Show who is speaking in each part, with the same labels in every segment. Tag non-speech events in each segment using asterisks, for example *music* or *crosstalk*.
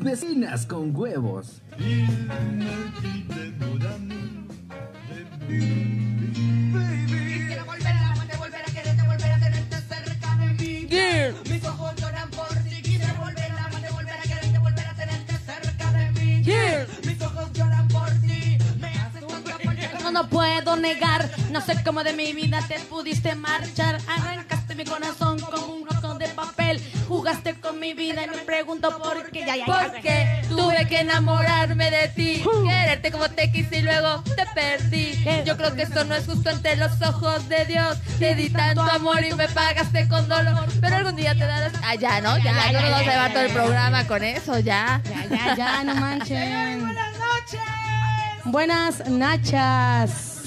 Speaker 1: vecinas con huevos.
Speaker 2: Quiero volver a amarte, volver a quererte, volver a tenerte cerca de mí. Mis ojos lloran por ti. Quisiera volver a amarte, volver a quererte, volver a tenerte cerca de mí. Mis ojos lloran por ti. Me haces tanta falta.
Speaker 3: No, no puedo negar, no sé cómo de mi vida te pudiste marchar. Arrancaste mi corazón como un roco de papel. Jugaste con mi vida y me pregunto por qué. Porque tuve que enamorarme de ti,
Speaker 4: Uh.
Speaker 3: quererte como te quise y luego te perdí. Yo creo que eso no es justo ante los ojos de Dios. Te di tanto amor y me pagaste con dolor. Pero algún día te darás. Ah, ya, ¿no? Ya, no nos va a llevar todo el programa con eso, ya.
Speaker 4: Ya, ya, ya, no manchen.
Speaker 2: Buenas noches.
Speaker 4: Buenas nachas.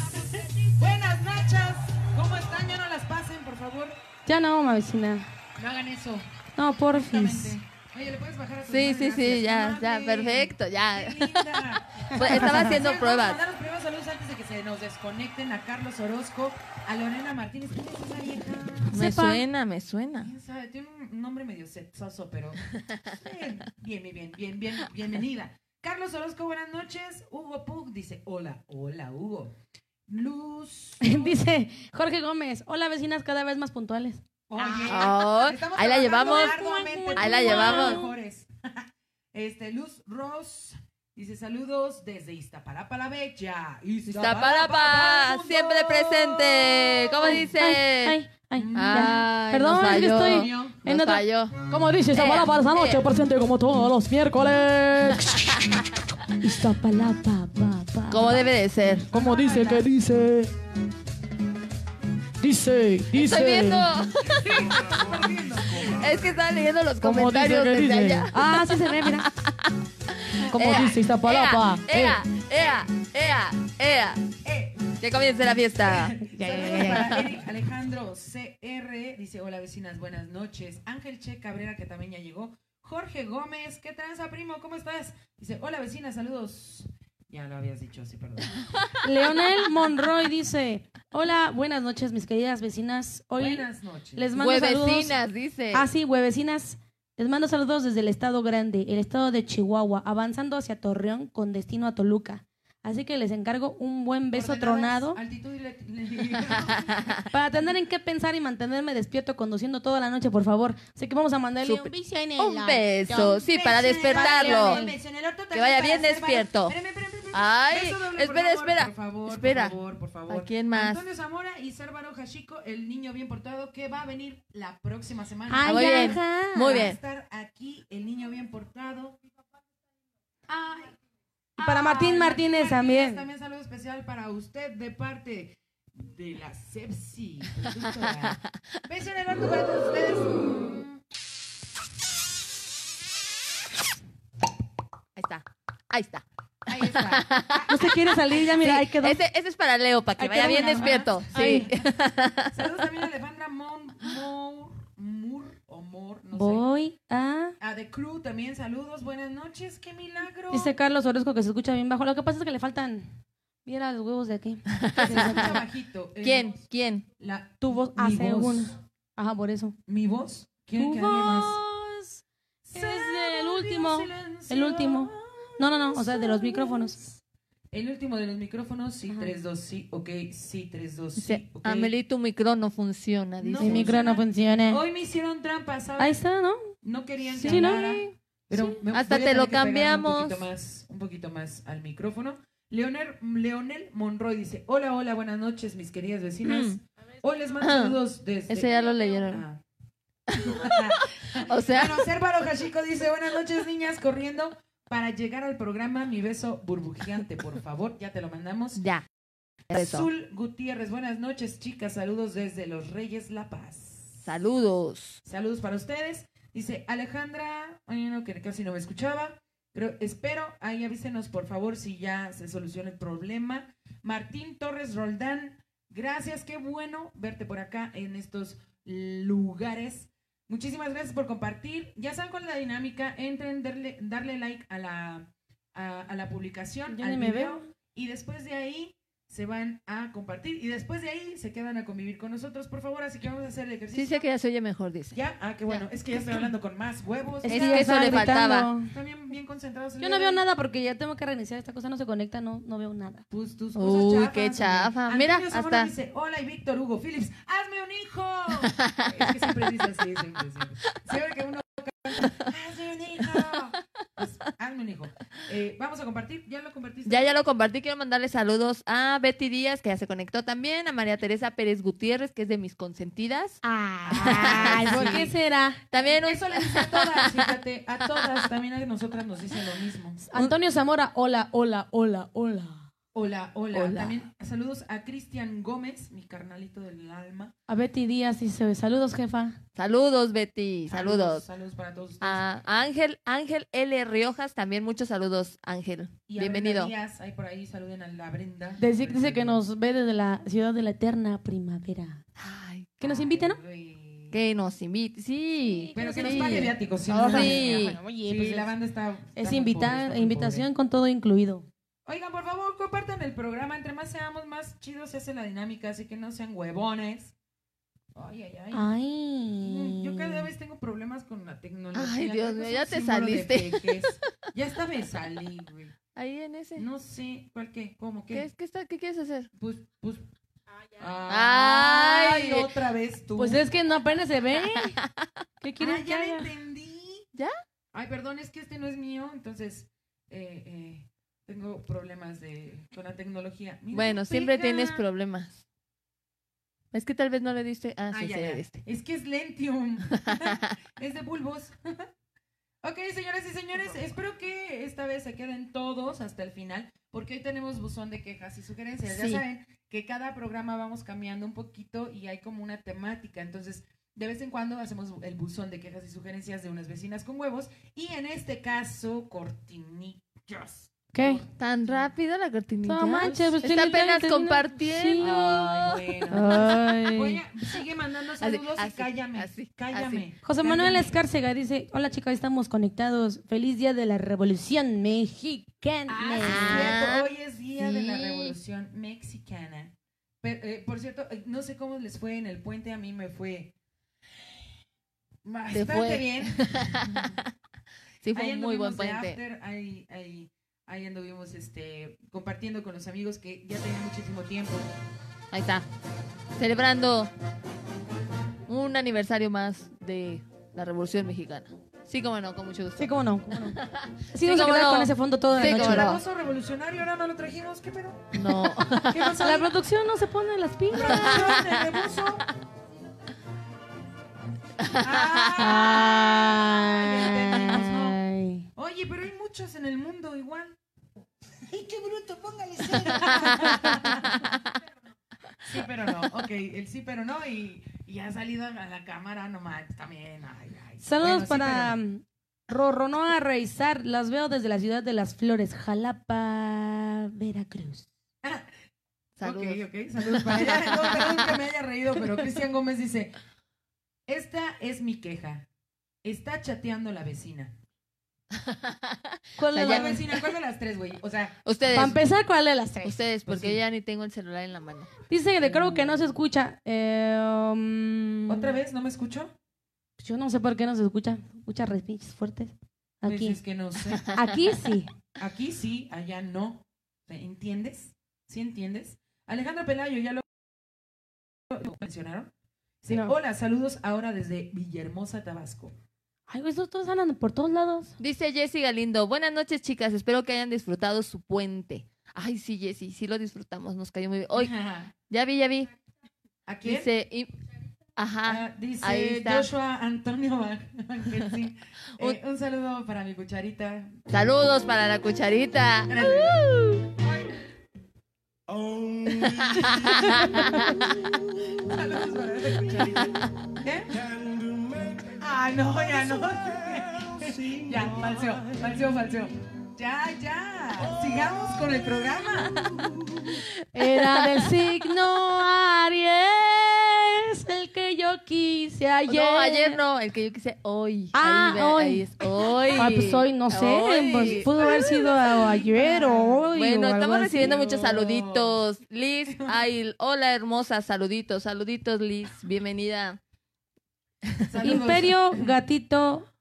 Speaker 2: Buenas nachas. ¿Cómo están? Ya no las pasen, por favor.
Speaker 4: Ya no, mamicina.
Speaker 2: No hagan eso.
Speaker 4: No, porfis. *laughs*
Speaker 2: Exactamente. Oye, ¿le puedes bajar a tu
Speaker 3: Sí,
Speaker 2: mano?
Speaker 3: sí, sí,
Speaker 2: Gracias.
Speaker 3: ya, ya,
Speaker 2: Mami.
Speaker 3: perfecto, ya.
Speaker 2: Qué linda.
Speaker 3: Pues estaba haciendo
Speaker 2: Sí,
Speaker 3: pruebas.
Speaker 2: Vamos a mandar los primeros saludos antes de que se nos desconecten a Carlos Orozco, a Lorena Martínez. ¿Quién es esa vieja?
Speaker 3: Me
Speaker 4: Sepa.
Speaker 3: suena, me suena.
Speaker 2: ¿Quién sabe? Tiene un nombre medio sexoso, pero bien, bien, bien, bien, bien, bien, bienvenida. Carlos Orozco, buenas noches. Hugo Pug dice, hola, hola, Hugo. Luz.
Speaker 4: Dice Jorge Gómez, hola vecinas cada vez más puntuales.
Speaker 2: Oye, *laughs*
Speaker 3: Oh,
Speaker 2: estamos
Speaker 3: ahí la
Speaker 2: trabajando
Speaker 3: llevamos.
Speaker 2: arduamente,
Speaker 3: Ahí la
Speaker 2: tú,
Speaker 3: llevamos.
Speaker 2: mejores. *laughs* Este, Luz Ross dice saludos desde Iztapalapa la Bella. para el
Speaker 3: Iztapalapa,
Speaker 2: mundo.
Speaker 3: siempre presente. ¿Cómo dice?
Speaker 4: Ay, ay, ay, ya.
Speaker 3: Ay,
Speaker 4: Perdón,
Speaker 3: nos
Speaker 4: es que
Speaker 3: falló.
Speaker 4: estoy en
Speaker 3: Nos
Speaker 4: otra-
Speaker 3: falló. Eh,
Speaker 4: ¿Cómo dice
Speaker 3: Iztapalapa esta noche?
Speaker 4: presente como todos los miércoles. Iztapalapa, pa, pa.
Speaker 3: ¿Cómo debe de ser?
Speaker 4: ¿Cómo dice? ¿Qué dice? Dice, dice.
Speaker 3: Estoy viendo. es que estaba leyendo los comentarios desde allá.
Speaker 4: Ah, sí se ve, mira. ¿Cómo
Speaker 3: Ea,
Speaker 4: dice Iztapalapa? Eh,
Speaker 3: Ea, ea, ea, ea.
Speaker 2: Eh,
Speaker 3: Que comience la fiesta.
Speaker 4: *laughs* Ya, ya,
Speaker 2: saludos
Speaker 4: ya, ya.
Speaker 2: para Eric Alejandro CR dice hola vecinas, buenas noches. Ángel Che Cabrera que también ya llegó. Jorge Gómez, ¿qué tranza, primo? ¿Cómo estás? Dice, hola vecinas, saludos. Ya lo habías dicho, sí, perdón.
Speaker 4: Leonel Monroy dice: Hola, buenas noches, mis queridas vecinas. Hoy
Speaker 2: Buenas noches.
Speaker 4: les mando saludos.
Speaker 3: Huevecinas, dice.
Speaker 4: Ah, sí, huevecinas. Les mando saludos desde el estado grande, el estado de Chihuahua, avanzando hacia Torreón con destino a Toluca. Así que les encargo un buen beso
Speaker 2: Coordenadas,
Speaker 4: tronado
Speaker 2: Altitud y lati-
Speaker 4: para tener en qué pensar y mantenerme despierto conduciendo toda la noche, por favor. Así que vamos a mandarle
Speaker 3: Súper.
Speaker 4: un beso en el
Speaker 3: Un beso, *laughs* sí, para
Speaker 2: Un
Speaker 3: despertarlo.
Speaker 2: beso en el orto
Speaker 3: Que vaya bien
Speaker 2: también para hacer
Speaker 3: despierto.
Speaker 2: varios- Espérame, espérame, espérame.
Speaker 3: Ay,
Speaker 2: Beso doble,
Speaker 3: espera,
Speaker 2: por
Speaker 3: espera,
Speaker 2: favor, Por favor,
Speaker 3: espera.
Speaker 2: por favor, por favor.
Speaker 3: ¿A quién más?
Speaker 2: Antonio Zamora y Sárvaro Hashico, el niño bien portado, que va a venir la próxima semana.
Speaker 4: Ay,
Speaker 3: Ah, muy bien,
Speaker 4: ajá.
Speaker 3: muy
Speaker 2: Va a
Speaker 3: bien.
Speaker 2: estar aquí el niño bien portado. Ay.
Speaker 4: Y para
Speaker 2: Ay,
Speaker 4: Martín Martínez también.
Speaker 2: También saludo especial para usted de parte de la
Speaker 3: *laughs*
Speaker 2: Sepsi. productora. Beso en el orto para todos ustedes.
Speaker 3: Ahí está, ahí está.
Speaker 2: Ahí
Speaker 3: *laughs*
Speaker 2: está.
Speaker 4: No se quiere salir, ya mira,
Speaker 3: Sí,
Speaker 4: ahí quedó.
Speaker 3: Ese, ese es para Leo, para que
Speaker 4: Ahí
Speaker 3: vaya
Speaker 4: quedó,
Speaker 3: bien
Speaker 4: mira.
Speaker 3: despierto. Sí.
Speaker 4: Ay.
Speaker 2: Saludos también a Alejandra Mon, Mour, Mur o Mor, no sé.
Speaker 4: Voy a.
Speaker 2: A The Crew también saludos, buenas noches, qué milagro.
Speaker 4: Dice Carlos Orozco que se escucha bien bajo. Lo que pasa es que le faltan. Mira los huevos de aquí.
Speaker 2: Se
Speaker 4: *laughs*
Speaker 2: escucha bajito.
Speaker 3: *laughs*
Speaker 2: Eh,
Speaker 3: ¿Quién? ¿Quién?
Speaker 2: La,
Speaker 4: Tu voz
Speaker 2: mi
Speaker 4: hace
Speaker 2: voz.
Speaker 4: una. Ajá, por eso.
Speaker 2: ¿Mi voz? ¿Quieren
Speaker 4: Tu
Speaker 2: que hable más?
Speaker 4: voz es el último. El último. No, no, no. O sea, de los micrófonos.
Speaker 2: El último de los micrófonos, sí,
Speaker 4: Ajá. ah,
Speaker 2: 3, 2, sí, ok, sí, 3, 2,
Speaker 3: Dice,
Speaker 2: sí, ok.
Speaker 3: Amelie, tu micro no funciona, dice.
Speaker 2: No.
Speaker 4: El micro no funciona.
Speaker 2: Hoy me hicieron trampa, ¿sabes?
Speaker 4: Ahí está, ¿no?
Speaker 2: No querían que
Speaker 4: Sí, ¿no?
Speaker 2: hablara. Pero me
Speaker 3: Hasta
Speaker 2: voy a
Speaker 3: te lo
Speaker 2: tener que pegar
Speaker 3: cambiamos.
Speaker 2: Un poquito, más, un poquito más al micrófono. Leonel, Leonel Monroy dice, hola, hola, buenas noches, mis queridas vecinas.
Speaker 3: Mm.
Speaker 2: Hoy les mando
Speaker 3: Ajá.
Speaker 2: saludos desde...
Speaker 3: Ese ya lo leyeron. *laughs*
Speaker 2: Ah.
Speaker 3: O sea,
Speaker 2: Bueno, Cérvaro Hashiko dice, buenas noches, niñas, corriendo para llegar al programa. Mi beso burbujeante, por favor, ya te lo mandamos.
Speaker 3: ya. Eso.
Speaker 2: Azul Gutiérrez, buenas noches, chicas, saludos desde Los Reyes La Paz.
Speaker 3: Saludos.
Speaker 2: Saludos para ustedes. Dice Alejandra, ay, no, que casi no me escuchaba. Creo, espero, ahí avísenos por favor si ya se soluciona el problema. Martín Torres Roldán, gracias, qué bueno verte por acá en estos lugares. Muchísimas gracias por compartir. Ya saben con la dinámica, entren, darle, darle like a la, a, a la publicación,
Speaker 4: Yo
Speaker 2: al
Speaker 4: ni me
Speaker 2: video, y después de ahí se van a compartir y después de ahí se quedan a convivir con nosotros, por favor. Así que vamos a hacer el ejercicio.
Speaker 3: Sí, sé que ya se oye mejor, dice.
Speaker 2: ¿Ya? Ah, qué bueno. Es que ya estoy hablando con más huevos.
Speaker 3: Es
Speaker 2: Ya
Speaker 3: que eso
Speaker 4: estaba
Speaker 3: le faltaba.
Speaker 4: gritando.
Speaker 2: Están bien, bien concentrados. el
Speaker 4: Yo no
Speaker 2: día de
Speaker 4: veo
Speaker 2: hoy.
Speaker 4: nada porque ya tengo que reiniciar esta cosa, no se conecta, no, no veo nada.
Speaker 2: Pues tus cosas
Speaker 3: Uy,
Speaker 2: chafas,
Speaker 3: qué
Speaker 2: güey.
Speaker 3: chafa.
Speaker 2: Antonio
Speaker 3: Mira,
Speaker 2: Zamora
Speaker 3: hasta-
Speaker 2: dice, hola y Víctor Hugo Phillips, hazme un
Speaker 3: *laughs*
Speaker 2: hijo. es que siempre dice así, siempre, siempre. Siempre que uno canta, hazme un hijo. Pues, hazme un hijo. Eh, vamos a compartir, ya lo compartiste.
Speaker 3: Ya, ya lo compartí. Quiero mandarle saludos a Betty Díaz, que ya se conectó también, a María Teresa Pérez Gutiérrez, que es de mis consentidas.
Speaker 4: Ay, ¿por *laughs* qué será?
Speaker 3: También un-
Speaker 2: Ah, Eso le dice a todas, fíjate, a todas, también a nosotras nos dicen lo mismo.
Speaker 4: Antonio Zamora, hola, hola, hola, hola.
Speaker 2: Hola, hola.
Speaker 3: Hola.
Speaker 2: También saludos a Cristian Gómez, mi carnalito del alma.
Speaker 4: A Betty Díaz dice, saludos, jefa.
Speaker 3: saludos, Betty, saludos. Ah,
Speaker 2: Saludos, para todos ustedes.
Speaker 3: A Ángel, Ángel L. Riojas, también muchos saludos, Ángel.
Speaker 2: Y a
Speaker 3: Bienvenido.
Speaker 2: Brenda Díaz, ahí por ahí, saluden a la Brenda.
Speaker 4: Desi- dice que nos ve desde la ciudad de la eterna primavera.
Speaker 3: Ay,
Speaker 4: Que nos invite, ¿no?
Speaker 2: Ay,
Speaker 3: que nos invite, sí.
Speaker 2: Pero que
Speaker 3: sí.
Speaker 2: nos pague viáticos. Sí,
Speaker 3: Ah,
Speaker 2: no mames.
Speaker 3: sí.
Speaker 2: Ajá, Oye, sí, la banda está... está
Speaker 4: pues Es
Speaker 2: muy pobre,
Speaker 4: invitar,
Speaker 2: está muy
Speaker 4: invitación con todo incluido.
Speaker 2: pobre. Oigan, por favor, compartan el programa. Entre más seamos, más chido se hace la dinámica. Así que no sean huevones. Ay, ay, ay.
Speaker 4: Ay.
Speaker 2: Mm, Yo cada vez tengo problemas con la tecnología.
Speaker 3: Ay, Dios
Speaker 2: Creo que
Speaker 3: mío,
Speaker 2: es
Speaker 3: ya
Speaker 2: un
Speaker 3: te
Speaker 2: símbolo de
Speaker 3: saliste.
Speaker 2: pejes. Ya
Speaker 3: *laughs*
Speaker 2: esta me salí, güey.
Speaker 3: Ahí en ese.
Speaker 2: No sé, ¿cuál qué? ¿Cómo
Speaker 3: ¿Qué,
Speaker 2: qué?
Speaker 3: es- qué está- qué quieres hacer?
Speaker 2: Pues, pues...
Speaker 3: Ay.
Speaker 2: Ay, otra vez tú.
Speaker 4: Pues es que no apenas se
Speaker 2: *laughs*
Speaker 4: ve. ¿Qué quieres
Speaker 2: ah,
Speaker 4: que
Speaker 2: ya le
Speaker 4: haga?
Speaker 2: entendí.
Speaker 3: ¿Ya?
Speaker 2: Ay, perdón, es que este no es mío, entonces eh, eh, tengo problemas de, con la tecnología. Mira,
Speaker 3: Bueno,
Speaker 2: no
Speaker 3: siempre
Speaker 2: pega.
Speaker 3: tienes problemas. Es que tal vez no le diste. Ah,
Speaker 2: Ah,
Speaker 3: sí,
Speaker 2: ya,
Speaker 3: sí
Speaker 2: ya.
Speaker 3: le diste.
Speaker 2: Es que es Lentium. *laughs* es de bulbos. *laughs* ok, señoras y señores, espero que esta vez se queden todos hasta el final, porque hoy tenemos buzón de quejas y sugerencias.
Speaker 3: Sí.
Speaker 2: Ya saben que cada programa vamos cambiando un poquito y hay como una temática. Entonces, de vez en cuando hacemos el buzón de quejas y sugerencias de unas vecinas con huevos. Y en este caso, cortinillas.
Speaker 4: ¿Qué?
Speaker 3: Tan rápido la cortinilla.
Speaker 4: No manches, pues
Speaker 3: Está
Speaker 4: tiene-
Speaker 3: apenas
Speaker 4: tiene-
Speaker 3: compartiendo.
Speaker 2: Ay, bueno. Voy
Speaker 4: Ay.
Speaker 2: a- sigue mandando
Speaker 3: Así,
Speaker 2: saludos
Speaker 3: así,
Speaker 2: y cállame.
Speaker 3: así,
Speaker 2: cállame.
Speaker 4: José Manuel
Speaker 2: cállame.
Speaker 4: Escárcega dice, hola chicas, estamos conectados. Feliz día de la Revolución Mexicana.
Speaker 2: Ah, sí, es cierto. Hoy es día de la
Speaker 3: sí.
Speaker 2: Revolución Mexicana. Pero, eh, por cierto, eh, no sé cómo les fue en el puente, a mí me fue bastante
Speaker 3: fue. *laughs*
Speaker 2: bien.
Speaker 3: Sí, fue
Speaker 2: Ahí
Speaker 3: un muy buen
Speaker 2: anduvimos de
Speaker 3: puente.
Speaker 2: after, ahí, ahí, ahí anduvimos este, compartiendo con los amigos que ya tenían muchísimo tiempo.
Speaker 3: Ahí está. Celebrando un aniversario más de la Revolución Mexicana. Sí, como no, con mucho gusto.
Speaker 4: Sí, cómo no.
Speaker 2: *laughs*
Speaker 4: cómo no. Sí,
Speaker 3: cómo
Speaker 4: nos vamos a quedar
Speaker 3: no.
Speaker 4: con ese fondo toda
Speaker 3: Sí,
Speaker 4: la
Speaker 3: cómo
Speaker 4: noche.
Speaker 3: no.
Speaker 2: El famoso revolucionario, ahora no lo trajimos,
Speaker 3: *laughs*
Speaker 2: ¿qué pedo? *laughs*
Speaker 3: No.
Speaker 2: ¿Qué pasó?
Speaker 4: La producción no se pone las pilas.
Speaker 2: *laughs* ¿Revolución?
Speaker 3: *laughs*
Speaker 2: ¿El rebuso? Ah, ya entendimos, ¿no?
Speaker 4: Ay.
Speaker 2: Oye, pero hay muchos en el mundo igual. *laughs* ¡Ay, qué bruto! Póngale *laughs* sí, pero no. Ok, el sí, pero no. Y, y ha salido a la cámara nomás también. Ay, ay. Bueno,
Speaker 4: Saludos
Speaker 2: sí,
Speaker 4: para
Speaker 2: pero no.
Speaker 4: um, Rorronoa Reizar. Las veo desde la ciudad de las flores, Jalapa, Veracruz.
Speaker 3: Saludos.
Speaker 2: Ok, ok, saludos
Speaker 4: *laughs*
Speaker 2: para ella. No, perdón que me haya reído, pero Cristian Gómez dice: Esta es mi queja. Está chateando la vecina.
Speaker 4: ¿Cuál
Speaker 3: sea,
Speaker 4: es
Speaker 3: ya-
Speaker 4: la-
Speaker 2: ¿Cuál vecina? ¿Cuál de las tres, güey? O sea,
Speaker 3: Ustedes.
Speaker 4: Para empezar, ¿cuál de las tres?
Speaker 3: Ustedes, porque
Speaker 2: Pues sí.
Speaker 3: ya ni tengo el celular en la mano.
Speaker 4: Dice de creo que no se escucha. Eh, um,
Speaker 2: ¿otra vez no me escucho?
Speaker 4: Yo no sé por qué no se escucha. Escucha respinches fuertes.
Speaker 2: Pues
Speaker 4: Aquí.
Speaker 2: es que no sé.
Speaker 4: Aquí
Speaker 2: *laughs*
Speaker 4: sí.
Speaker 2: Aquí sí, allá no. ¿Me ¿Entiendes? ¿Sí entiendes? Alejandra Pelayo, ¿ya lo, lo mencionaron? Sí.
Speaker 4: No.
Speaker 2: Hola, saludos ahora desde Villahermosa, Tabasco.
Speaker 4: Ay, güey, estos todos andan por todos lados.
Speaker 3: Dice Jessy Galindo, buenas noches chicas, espero que hayan disfrutado su puente. Ay, sí, Jessy, sí lo disfrutamos, nos cayó muy bien. Hoy, ya vi, ya vi.
Speaker 2: ¿A quién?
Speaker 3: Dice, y- ajá,
Speaker 2: Ah, dice
Speaker 3: ahí está.
Speaker 2: Joshua Antonio Angelsin. Eh, un saludo para mi cucharita.
Speaker 3: saludos para la cucharita.
Speaker 2: Saludos para la cucharita. ¿Eh? Ah, no, ya no. *laughs* ya, falseo, falseo, falseo. Ya, ya. Sigamos con el programa.
Speaker 4: Era del signo Aries, el que yo quise ayer.
Speaker 3: No, ayer no, el que yo quise hoy.
Speaker 4: Ah,
Speaker 3: ahí, ve-
Speaker 4: hoy.
Speaker 3: ahí es hoy.
Speaker 4: Ah, pues hoy no sé,
Speaker 3: Hoy.
Speaker 4: pues pudo haber sido a- ayer o hoy.
Speaker 3: bueno,
Speaker 4: o algo
Speaker 3: estamos
Speaker 4: así.
Speaker 3: recibiendo muchos saluditos. Liz, ay, hola hermosa, saluditos, saluditos Liz, bienvenida.
Speaker 2: Saludos.
Speaker 4: Imperio Gatito.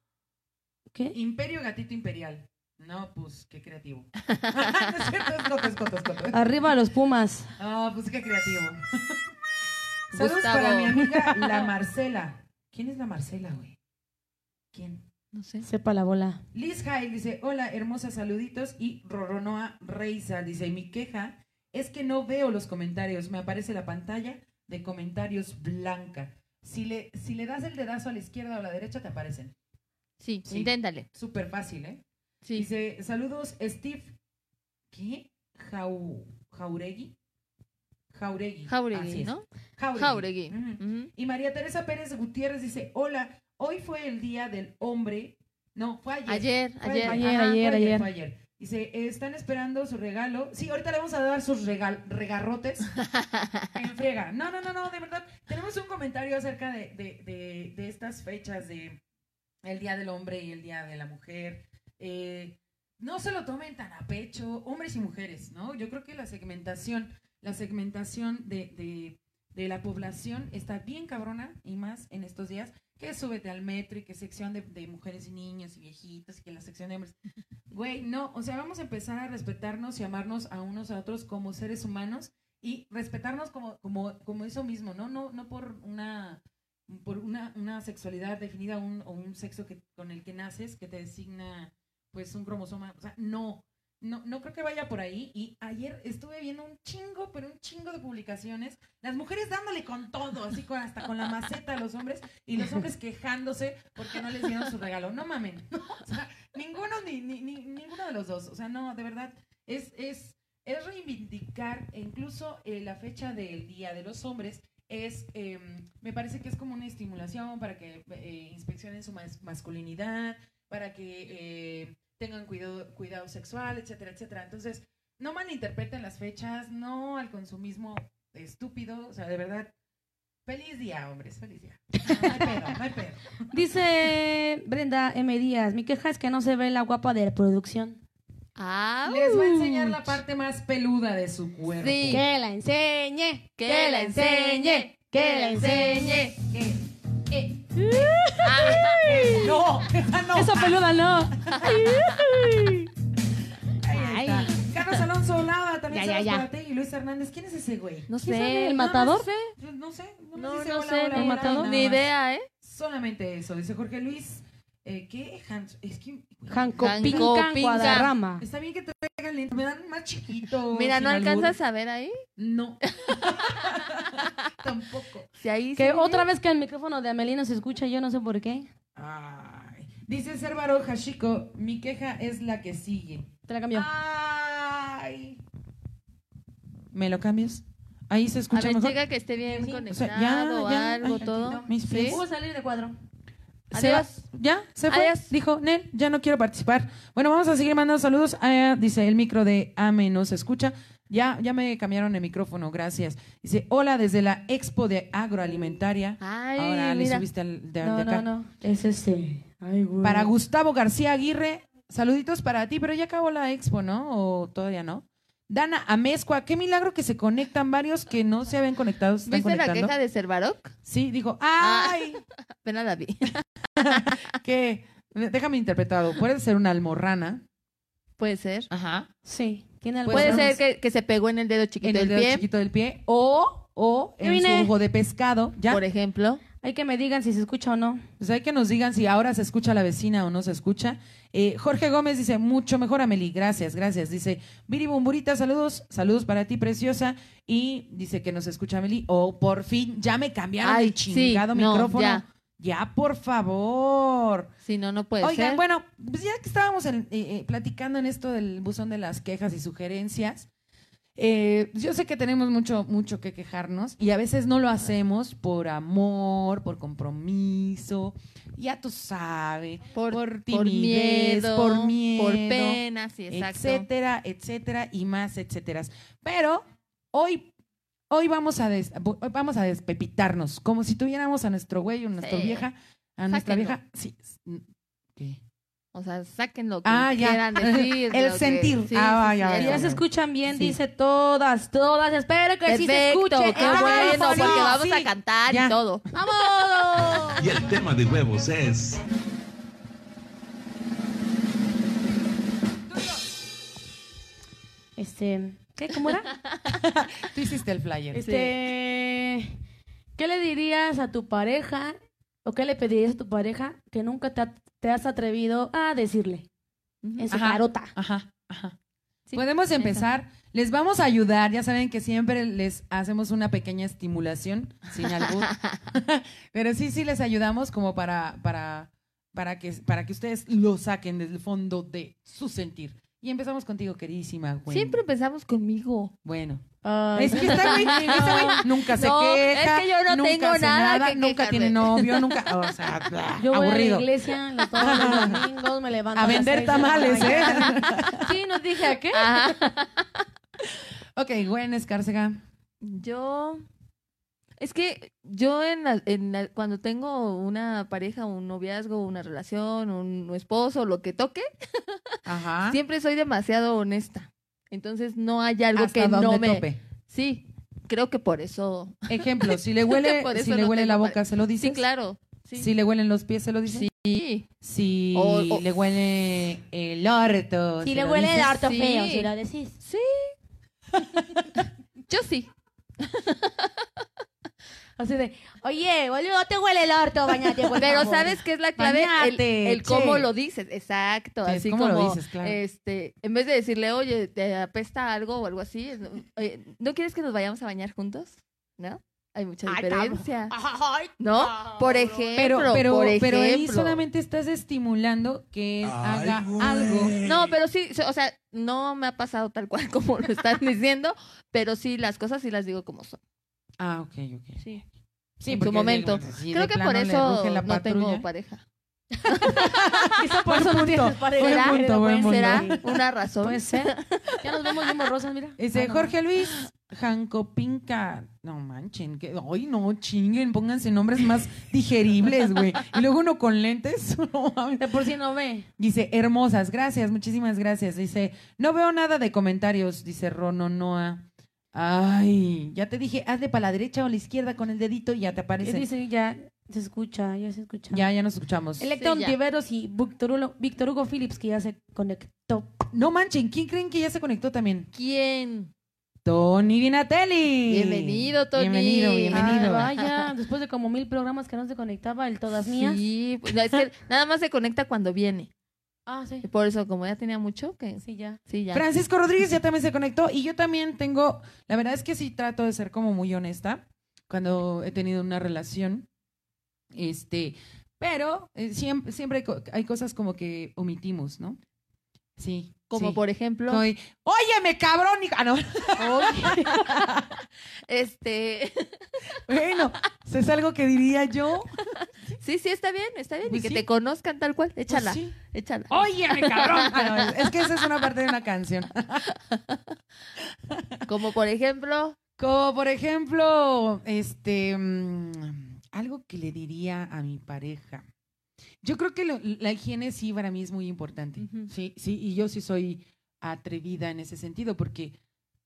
Speaker 4: ¿Qué?
Speaker 2: Imperio Gatito Imperial. No, pues, qué creativo. *laughs* No es cierto, es coto, es coto, es coto.
Speaker 4: Arriba los Pumas.
Speaker 2: Ah, pues qué creativo. Saludos
Speaker 3: Gustavo.
Speaker 2: para mi amiga la Marcela. ¿Quién es la Marcela, güey? ¿Quién?
Speaker 3: No sé.
Speaker 4: Sepa la bola.
Speaker 2: Liz Hyle dice, hola, hermosas saluditos. Y Roronoa Reisa dice, mi queja es que no veo los comentarios. Me aparece la pantalla de comentarios blanca. Si le, si le das el dedazo a la izquierda o a la derecha, te aparecen.
Speaker 3: Sí,
Speaker 2: Sí.
Speaker 3: inténtale.
Speaker 2: Súper fácil, ¿eh?
Speaker 3: Sí.
Speaker 2: Dice, saludos, Steve. ¿Qué? Jau- Jauregui. Jauregui. Así
Speaker 3: Jauregui,
Speaker 2: es.
Speaker 3: ¿no?
Speaker 2: Jauregui.
Speaker 3: Jauregui.
Speaker 2: Ujú.
Speaker 3: Ujú.
Speaker 2: Y María Teresa Pérez Gutiérrez dice, hola, hoy fue el día del hombre. No, fue ayer.
Speaker 3: Ayer,
Speaker 2: Fue
Speaker 3: ayer.
Speaker 4: ayer,
Speaker 3: ajá.
Speaker 2: Fue
Speaker 4: ayer.
Speaker 2: fue Dice, eh, están esperando su regalo. Sí, ahorita le vamos a dar sus regal
Speaker 3: *laughs*
Speaker 2: regarrotes. en friega. No, no, no, no, de verdad. Tenemos un comentario acerca de, de- de- de estas fechas de el Día del Hombre y el Día de la Mujer. Eh, no se lo tomen tan a pecho, hombres y mujeres, ¿no? Yo creo que la segmentación, la segmentación de, de- de la población está bien cabrona y más en estos días. Que súbete al metro y que sección de, de mujeres y niños y viejitos y que la sección de hombres. Güey, no, o sea, vamos a empezar a respetarnos y amarnos a unos a otros como seres humanos y respetarnos como, como, como eso mismo, ¿no? No, no por una por una, una sexualidad definida un- o un sexo que, con el que naces que te designa pues un cromosoma. O sea, no, no, no creo que vaya por ahí. Y ayer estuve viendo un chingo, pero un chingo de publicaciones. Las mujeres dándole con todo, así con, hasta con la maceta a los hombres y los hombres quejándose porque no les dieron su regalo. No mamen. O sea, ninguno, ni, ni- ni- ninguno de los dos. O sea, no, de verdad, es, es, es reivindicar e incluso eh, la fecha del Día de los Hombres. Es, em, me parece que es como una estimulación para que eh, inspeccionen su mas- masculinidad, para que eh, tengan cuidado, cuidado sexual, etcétera, etcétera. Entonces, no malinterpreten las fechas, no al consumismo estúpido, o sea, de verdad, feliz día, hombres, feliz día. No hay pedo, no hay pedo.
Speaker 4: Dice Brenda M. Díaz, mi queja es que no se ve la guapa de producción.
Speaker 3: Ah,
Speaker 2: Les voy a enseñar la parte más peluda de su cuerpo.
Speaker 3: Sí.
Speaker 4: Que la enseñe,
Speaker 3: que la enseñe, que la enseñe.
Speaker 2: ¿Qué?
Speaker 3: Ah,
Speaker 2: No, esa no.
Speaker 4: Esa peluda no.
Speaker 2: Ahí está.
Speaker 4: Ay.
Speaker 2: Carlos Alonso Olava, también
Speaker 4: Ya, ya,
Speaker 2: saludos
Speaker 4: ya.
Speaker 2: para ti. Y Luis Hernández, ¿quién es ese güey?
Speaker 3: no
Speaker 4: ¿Quién
Speaker 3: sé.
Speaker 4: sabe? ¿El
Speaker 3: no,
Speaker 4: matador?
Speaker 3: No sé,
Speaker 2: Yo No sé, no, me
Speaker 3: no,
Speaker 2: dice
Speaker 3: no
Speaker 2: hola,
Speaker 3: sé,
Speaker 2: hola,
Speaker 3: ni-
Speaker 2: hola, nada
Speaker 3: ni
Speaker 2: más.
Speaker 3: idea, ¿eh?
Speaker 2: Solamente eso, dice Jorge Luis. Eh, ¿Qué? Hans- es que,
Speaker 4: Janco
Speaker 3: Janco
Speaker 4: Pinca
Speaker 3: Pinca.
Speaker 4: Guadarrama.
Speaker 2: Está bien que traigan lentes, me dan más chiquito.
Speaker 3: Mira,
Speaker 2: sin
Speaker 3: ¿no
Speaker 2: albur.
Speaker 3: alcanzas a ver ahí?
Speaker 2: No. *laughs* Tampoco.
Speaker 3: Si ahí
Speaker 4: Que
Speaker 3: sí.
Speaker 4: otra vez que el micrófono de Amelino se escucha, yo no sé por qué.
Speaker 2: Ay. Dice Cérvaro Hashiko, mi queja es la que sigue.
Speaker 4: Te la cambio.
Speaker 2: Ay. ¿Me lo cambias? Ahí se
Speaker 3: A
Speaker 2: escucha
Speaker 3: ver,
Speaker 2: mejor.
Speaker 3: llega que esté bien
Speaker 2: Sí, sí. O sea, ya,
Speaker 3: conectado,
Speaker 2: ya,
Speaker 3: algo,
Speaker 2: ay,
Speaker 3: todo.
Speaker 2: no, mis pies.
Speaker 4: Hubo salir de cuadro.
Speaker 3: Adiós.
Speaker 2: ¿Ya? ¿Se fue?
Speaker 3: Adiós.
Speaker 2: Dijo, Nel, ya no quiero participar. Bueno, vamos a seguir mandando saludos. Ah, dice, el micro de Ame no se escucha. Ya, ya me cambiaron el micrófono, gracias. Dice, hola desde la expo de agroalimentaria.
Speaker 3: Ay,
Speaker 2: Ahora le
Speaker 3: mira.
Speaker 2: subiste al de, al de
Speaker 4: No,
Speaker 2: acá.
Speaker 4: no, no. Es este. Ay, güey.
Speaker 3: Mm.
Speaker 4: *laughs*
Speaker 2: Para Gustavo García Aguirre, saluditos para ti, pero ya acabó la expo, ¿no? ¿O todavía no? Dana Amezcua, qué milagro que se conectan varios que no se habían conectado. se están
Speaker 3: ¿Viste la
Speaker 2: conectando.
Speaker 3: queja de Cervaroc?
Speaker 2: Sí, dijo,
Speaker 3: Ah.
Speaker 2: ¡ay!
Speaker 3: Apenas la vi.
Speaker 2: *laughs* que déjame interpretado, puede ser una almorrana.
Speaker 3: Puede ser.
Speaker 2: Ajá.
Speaker 4: Sí. Tiene algo.
Speaker 3: Puede
Speaker 2: no
Speaker 3: ser que, que se pegó en el dedo
Speaker 2: Pues En
Speaker 3: chiquito
Speaker 2: el
Speaker 3: del
Speaker 2: dedo
Speaker 3: pie,
Speaker 2: chiquito del pie. O, o
Speaker 4: Yo
Speaker 2: en
Speaker 4: vine.
Speaker 2: su ojo de pescado. Ya.
Speaker 3: por ejemplo.
Speaker 4: Hay que me digan si se escucha o no.
Speaker 2: Pues hay que nos digan si ahora se escucha la vecina o no se escucha. Eh, Jorge Gómez dice, mucho mejor, Ameli. Gracias, gracias. Dice, Viri Bumburita, saludos. Saludos para ti, preciosa. Y dice que nos escucha Ameli. Oh, por fin, ya me cambiaron
Speaker 3: Ay,
Speaker 2: el
Speaker 3: sí,
Speaker 2: chingado
Speaker 3: no,
Speaker 2: micrófono.
Speaker 3: ya.
Speaker 2: Ya, por favor.
Speaker 3: Si no, no puede
Speaker 2: Oigan,
Speaker 3: ser.
Speaker 2: bueno, pues ya que estábamos en- eh, eh, platicando en esto del buzón de las quejas y sugerencias, eh, yo sé que tenemos mucho, mucho que quejarnos y a veces no lo hacemos por amor, por compromiso, ya tú sabes, por, timidez,
Speaker 3: miedo,
Speaker 2: por miedo,
Speaker 3: por pena, sí, exacto.
Speaker 2: etcétera, etcétera y más, etcétera. Pero hoy hoy vamos a, des- bo- hoy vamos a despepitarnos, como si tuviéramos a nuestro güey o nuestra
Speaker 3: Sí.
Speaker 2: vieja, a nuestra
Speaker 3: Sáquenlo.
Speaker 2: vieja. Sí. s- ¿Qué?
Speaker 3: O sea, saquen lo que
Speaker 2: Ah, ya.
Speaker 3: quieran
Speaker 2: *laughs*
Speaker 3: decir.
Speaker 2: El
Speaker 3: lo que-
Speaker 2: sentir. Ah, ya,
Speaker 3: el-
Speaker 2: ya,
Speaker 4: Ya se
Speaker 2: ya.
Speaker 4: escuchan bien,
Speaker 2: Sí.
Speaker 4: dice todas, todas. Espero que sí se
Speaker 3: Perfecto,
Speaker 4: escuche.
Speaker 3: qué
Speaker 4: Ah,
Speaker 3: bueno,
Speaker 4: bonito.
Speaker 3: porque vamos
Speaker 2: sí.
Speaker 3: a cantar
Speaker 2: Ya. Ah,
Speaker 3: y todo.
Speaker 4: ¡Vamos!
Speaker 5: Y el tema de huevos es.
Speaker 4: Este, ¿qué? ¿Cómo era?
Speaker 2: Tú hiciste el flyer.
Speaker 4: Este, ¿qué le dirías a tu pareja o qué le pedirías a tu pareja que nunca te, ha- te has atrevido a decirle en su
Speaker 2: Ajá.
Speaker 4: carota?
Speaker 2: Ajá, ajá.
Speaker 4: Sí,
Speaker 2: Podemos empezar. Les vamos a ayudar. Ya saben que siempre les hacemos una pequeña estimulación,
Speaker 3: *laughs*
Speaker 2: sin albur. *laughs* Pero sí, sí les ayudamos como para, para, para, que, para que ustedes lo saquen desde el fondo de su sentir. Y empezamos contigo, queridísima. Gwen.
Speaker 3: Siempre empezamos conmigo.
Speaker 2: Bueno.
Speaker 4: Ay.
Speaker 2: Es que está güey, este güey nunca se
Speaker 3: *laughs* No,
Speaker 2: queja.
Speaker 3: es que yo no
Speaker 2: nunca
Speaker 3: tengo
Speaker 2: hace
Speaker 3: nada que
Speaker 2: Nunca
Speaker 3: quejarme.
Speaker 2: tiene novio, nunca.
Speaker 3: *laughs*
Speaker 2: O sea, bla,
Speaker 4: Yo voy
Speaker 2: Ah, aburrido.
Speaker 4: a la iglesia los todos los domingos, me levanto
Speaker 2: A
Speaker 4: las
Speaker 2: vender
Speaker 4: seis de la
Speaker 2: tamales,
Speaker 3: *laughs*
Speaker 2: ¿eh?
Speaker 4: mañana. Sí, nos dije, ¿a qué?
Speaker 2: ok, Gwen Escárcega.
Speaker 3: Yo. Es que yo en la- en la- cuando tengo una pareja, un noviazgo, una relación, un esposo, lo que toque,
Speaker 2: Ajá.
Speaker 3: siempre soy demasiado honesta. Entonces no hay algo
Speaker 2: Hasta
Speaker 3: que
Speaker 2: donde
Speaker 3: no me.
Speaker 2: tope.
Speaker 3: Sí, creo que por eso. *laughs*
Speaker 2: Ejemplo, si
Speaker 3: Creo
Speaker 2: le
Speaker 3: que
Speaker 2: huele,
Speaker 3: por
Speaker 2: si
Speaker 3: eso
Speaker 2: le
Speaker 3: no
Speaker 2: huele la
Speaker 3: tengo
Speaker 2: boca, ¿se lo dices?
Speaker 3: Sí, claro. Sí.
Speaker 2: Si le huelen los pies, ¿se lo dices?
Speaker 3: Sí.
Speaker 2: Si
Speaker 3: O- o-
Speaker 2: le huele el orto.
Speaker 4: Si
Speaker 2: ¿se
Speaker 4: le
Speaker 2: lo
Speaker 4: huele el
Speaker 2: dices?
Speaker 4: harto
Speaker 3: Sí.
Speaker 4: feo, si lo decís.
Speaker 3: Yo sí.
Speaker 4: Así de, oye, boludo, te huele el harto, bañate, por
Speaker 3: Pero
Speaker 4: favor".
Speaker 3: ¿sabes qué es la clave? El,
Speaker 2: Bañate,
Speaker 3: el cómo
Speaker 2: che.
Speaker 3: lo dices. Exacto.
Speaker 2: Sí,
Speaker 3: así
Speaker 2: cómo
Speaker 3: como,
Speaker 2: lo dices, claro.
Speaker 3: este, en vez de decirle, oye, te apesta algo o algo así, es, "Oye, ¿no quieres que nos vayamos a bañar juntos? ¿No? Hay mucha
Speaker 6: Ay,
Speaker 3: diferencia.
Speaker 6: Ay,
Speaker 3: ¿No? Por
Speaker 2: Pero,
Speaker 3: ejemplo,
Speaker 2: pero,
Speaker 3: por
Speaker 2: pero ahí
Speaker 3: ejemplo.
Speaker 2: solamente estás estimulando que él
Speaker 5: Ay,
Speaker 2: haga
Speaker 5: güey.
Speaker 2: algo.
Speaker 3: No, pero sí, so- o sea, no me ha pasado tal cual *laughs* como lo están diciendo, pero sí, las cosas sí las digo como son.
Speaker 2: Ah, ok, ok.
Speaker 3: Sí.
Speaker 2: Sí,
Speaker 3: en
Speaker 2: porque
Speaker 3: su momento.
Speaker 2: digo, si de
Speaker 3: Creo que
Speaker 2: plano
Speaker 3: por
Speaker 2: le
Speaker 3: eso
Speaker 2: ruge la
Speaker 3: no tengo
Speaker 2: patrulla.
Speaker 3: pareja.
Speaker 4: Quizá por eso no tienes pareja.
Speaker 3: Buen
Speaker 4: Pero
Speaker 2: punto, buen
Speaker 4: puede
Speaker 3: ¿Será
Speaker 4: ser,
Speaker 2: punto.
Speaker 4: ¿ah?
Speaker 3: una razón?
Speaker 4: Puede
Speaker 2: Pues,
Speaker 4: ser. Ya nos vemos bien borrosas, mira.
Speaker 2: Dice
Speaker 4: Ah, no.
Speaker 2: Jorge Luis
Speaker 3: Ah.
Speaker 2: Jancopinca. No manchen, que ay no chinguen, pónganse nombres más digeribles, güey. Y luego uno con lentes. *laughs* no mames.
Speaker 4: De por sí no ve.
Speaker 2: Dice, hermosas, gracias, muchísimas gracias. Dice, no veo nada de comentarios, dice Rono Noa. Ay, ya te dije, hazle para la derecha o la izquierda con el dedito y ya te
Speaker 4: Eh,
Speaker 2: aparece.
Speaker 4: Dice, ya se escucha, ya se escucha.
Speaker 2: ya, ya nos escuchamos.
Speaker 4: Electa
Speaker 3: Sí, ya.
Speaker 4: Ontiveros y Víctor Hugo, Víctor Hugo Phillips, que ya se conectó.
Speaker 2: No manchen, ¿quién creen que ya se conectó también?
Speaker 3: ¿Quién?
Speaker 2: Tony Vinatelli.
Speaker 3: Bienvenido, Tony.
Speaker 2: Bienvenido, bienvenido.
Speaker 4: Ay, vaya, *laughs* después de como mil programas que no se conectaba, el Todas Mías.
Speaker 3: Sí, pues, es que nada más se conecta cuando viene.
Speaker 4: Ah, sí.
Speaker 3: Y por eso, como ya tenía mucho, que
Speaker 4: Sí, ya.
Speaker 3: sí, ya.
Speaker 2: Francisco Rodríguez ya también se conectó y yo también tengo, la verdad es que sí trato de ser como muy honesta cuando he tenido una relación, este, pero eh, siempre, siempre hay, co- hay cosas como que omitimos, ¿no? Sí.
Speaker 3: como
Speaker 2: sí.
Speaker 3: por ejemplo,
Speaker 2: Soy, óyeme, cabrón, y- ah, no. *laughs*
Speaker 3: oye, *laughs* este, *laughs*
Speaker 2: bueno, eso es algo que diría yo.
Speaker 3: sí, sí, está bien, está bien,
Speaker 2: Pues
Speaker 3: y que
Speaker 2: sí. Pues
Speaker 3: te conozcan tal cual, échala,
Speaker 2: sí. Oh.
Speaker 3: échala.
Speaker 2: Óyeme, cabrón. Ah, no, es- es que esa es una parte de una canción.
Speaker 3: Como por ejemplo,
Speaker 2: Como por ejemplo, este, mm, algo que le diría a mi pareja. Yo creo que lo- la higiene sí para mí es muy importante.
Speaker 3: Ujú.
Speaker 2: Sí, sí, y yo sí soy atrevida en ese sentido, porque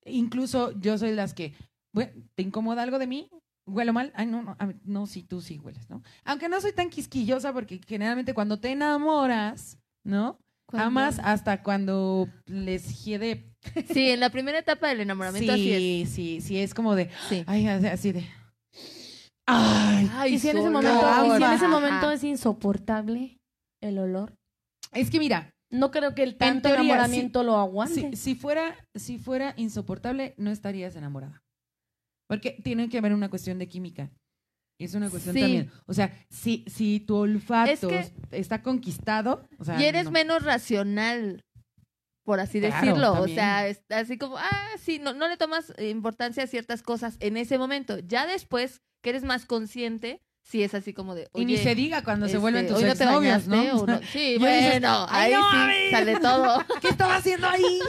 Speaker 2: incluso yo soy las que, "Bue- ¿te incomoda algo de mí? ¿Huelo mal? Ay, no, no, a mí- no, sí, tú sí hueles, ¿no? Aunque no soy tan quisquillosa, porque generalmente cuando te enamoras, ¿no?
Speaker 3: cuando-
Speaker 2: Amas hasta cuando les hiede.
Speaker 3: Sí, en la primera etapa del enamoramiento así
Speaker 2: sí, sí, sí, es como de,
Speaker 3: es. Sí.
Speaker 2: Ay, así así de. Ay.
Speaker 3: Ay,
Speaker 4: Y si en ese
Speaker 3: solo.
Speaker 4: momento, y si en ese
Speaker 3: Ajá.
Speaker 4: momento es insoportable el olor,
Speaker 2: Es que mira,
Speaker 4: no creo que el tanto
Speaker 2: teoría,
Speaker 4: enamoramiento lo aguante.
Speaker 2: si, si fuera, si fuera insoportable, no estarías enamorada. Porque tiene que haber una cuestión de química. Es una cuestión
Speaker 3: Sí.
Speaker 2: también. O sea, si, si tu olfato
Speaker 3: Es que-
Speaker 2: está conquistado, o sea,
Speaker 3: y eres
Speaker 2: no.
Speaker 3: menos racional, por así
Speaker 2: Claro,
Speaker 3: decirlo.
Speaker 2: también.
Speaker 3: O sea, es así como, ah, sí, no, no le tomas importancia a ciertas cosas en ese momento. Ya después que eres más consciente, sí es así como de,
Speaker 2: y ni
Speaker 3: oye,
Speaker 2: se diga cuando se
Speaker 3: este,
Speaker 2: vuelven tus
Speaker 3: hoy no te
Speaker 2: exnovios,
Speaker 3: bañaste,
Speaker 2: ¿no?
Speaker 3: o
Speaker 2: *laughs*
Speaker 3: no- Sí,
Speaker 2: Ya dices,
Speaker 3: bueno,
Speaker 2: "Ay,
Speaker 3: ahí
Speaker 2: no,
Speaker 3: sí
Speaker 2: *laughs* mami".
Speaker 3: sale todo. *laughs*
Speaker 2: ¿Qué estaba haciendo ahí?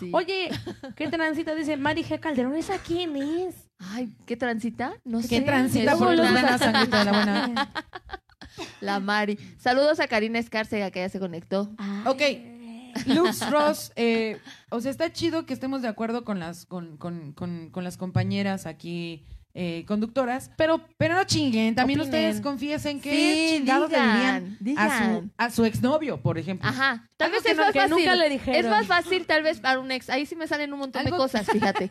Speaker 3: Sí.
Speaker 4: Oye, ¿qué transita? Dice Mari G. Calderón, ¿esa quién es?
Speaker 3: Ay, ¿qué transita? No sé.
Speaker 2: ¿Qué transita
Speaker 3: Es
Speaker 2: por
Speaker 3: una-
Speaker 2: tus venas, Anita de
Speaker 3: *laughs*
Speaker 2: la buena?
Speaker 3: La Mari. Saludos a Karina Escárcega, que ya se conectó.
Speaker 2: Ok. Lux Ross, eh, o sea, está chido que estemos de acuerdo con las, con, con, con, con las compañeras aquí eh, conductoras, pero, pero no chinguen, también
Speaker 4: Opinen.
Speaker 2: ustedes confiesen que
Speaker 3: Sí,
Speaker 2: chingados le
Speaker 3: digan,
Speaker 2: dirían a su,
Speaker 3: digan.
Speaker 2: a su exnovio, por ejemplo.
Speaker 3: Ajá. Tal
Speaker 4: Algo
Speaker 3: vez
Speaker 4: que
Speaker 3: es
Speaker 4: no-
Speaker 3: más
Speaker 4: que
Speaker 3: fácil.
Speaker 4: nunca le dijeron.
Speaker 3: Es más fácil, tal vez, para un ex. Ahí sí me salen un montón de
Speaker 2: Algo-
Speaker 3: cosas,
Speaker 2: *laughs*
Speaker 3: fíjate.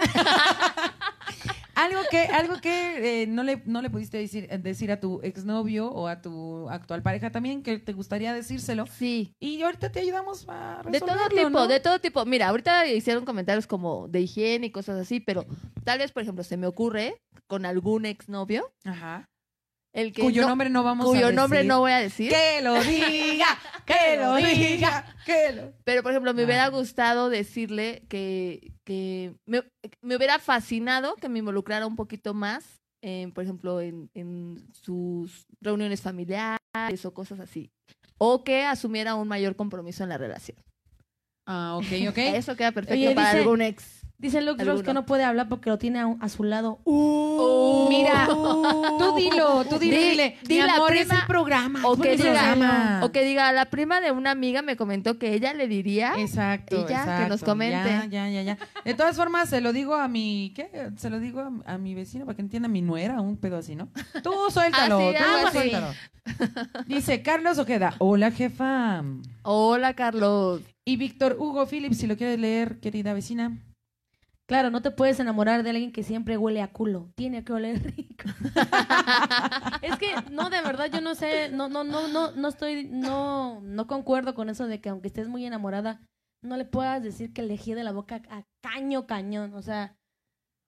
Speaker 2: Algo que, algo que eh, no, le, no le pudiste decir, decir a tu exnovio o a tu actual pareja también, que te gustaría decírselo.
Speaker 3: Sí.
Speaker 2: Y ahorita te ayudamos a
Speaker 3: De todo
Speaker 2: resolverlo,
Speaker 3: tipo,
Speaker 2: ¿no?
Speaker 3: de todo tipo. Mira, ahorita hicieron comentarios como de higiene y cosas así, pero tal vez, por ejemplo, se me ocurre con algún exnovio,
Speaker 2: Ajá.
Speaker 3: el que
Speaker 2: Cuyo
Speaker 3: no-
Speaker 2: nombre no vamos a
Speaker 3: cuyo
Speaker 2: decir.
Speaker 3: nombre no voy a decir.
Speaker 2: Que lo diga, que lo diga, que lo.
Speaker 3: Pero, por ejemplo, me hubiera
Speaker 2: Ah.
Speaker 3: gustado decirle que, que me, me hubiera fascinado que me involucrara un poquito más, en, por ejemplo, en, en sus reuniones familiares o cosas así. O que asumiera un mayor compromiso en la relación.
Speaker 2: Ah, ok, ok.
Speaker 3: Eso queda perfecto
Speaker 4: Oye,
Speaker 3: para
Speaker 4: dice-
Speaker 3: algún ex.
Speaker 4: Dice Lux Ross
Speaker 3: Alguno.
Speaker 4: que no puede hablar porque lo tiene a, un- a su lado.
Speaker 2: Mira, *laughs* tú dilo, tú dilo,
Speaker 3: Di-
Speaker 2: dile.
Speaker 3: di
Speaker 2: Mi
Speaker 3: la
Speaker 2: amor,
Speaker 3: prima-
Speaker 2: es el programa.
Speaker 3: o
Speaker 2: es
Speaker 3: que
Speaker 2: el
Speaker 3: diga,
Speaker 2: programa.
Speaker 3: O que diga, la prima de una amiga me comentó que ella le diría.
Speaker 2: Exacto,
Speaker 3: Y ya, que
Speaker 2: exacto.
Speaker 3: nos comente.
Speaker 2: Ya, ya, ya, ya. De todas formas, se lo digo a mi, ¿qué? Se lo digo a, a mi vecino para que entienda mi nuera, un pedo así, ¿no? *laughs* Tú suéltalo,
Speaker 3: Así,
Speaker 2: tú
Speaker 3: algo así.
Speaker 2: suéltalo. Dice Carlos Ojeda, hola jefa.
Speaker 3: Hola, Carlos.
Speaker 2: Y Víctor Hugo Phillips, si lo quieres leer, querida vecina.
Speaker 4: Claro, no te puedes enamorar de alguien que siempre huele a culo. Tiene que oler
Speaker 3: *laughs*
Speaker 4: rico. es que, no, de verdad, yo no sé, no, no, no, no, no estoy, no, no concuerdo con eso de que aunque estés muy enamorada, no le puedas decir que le de la boca a caño cañón. O sea,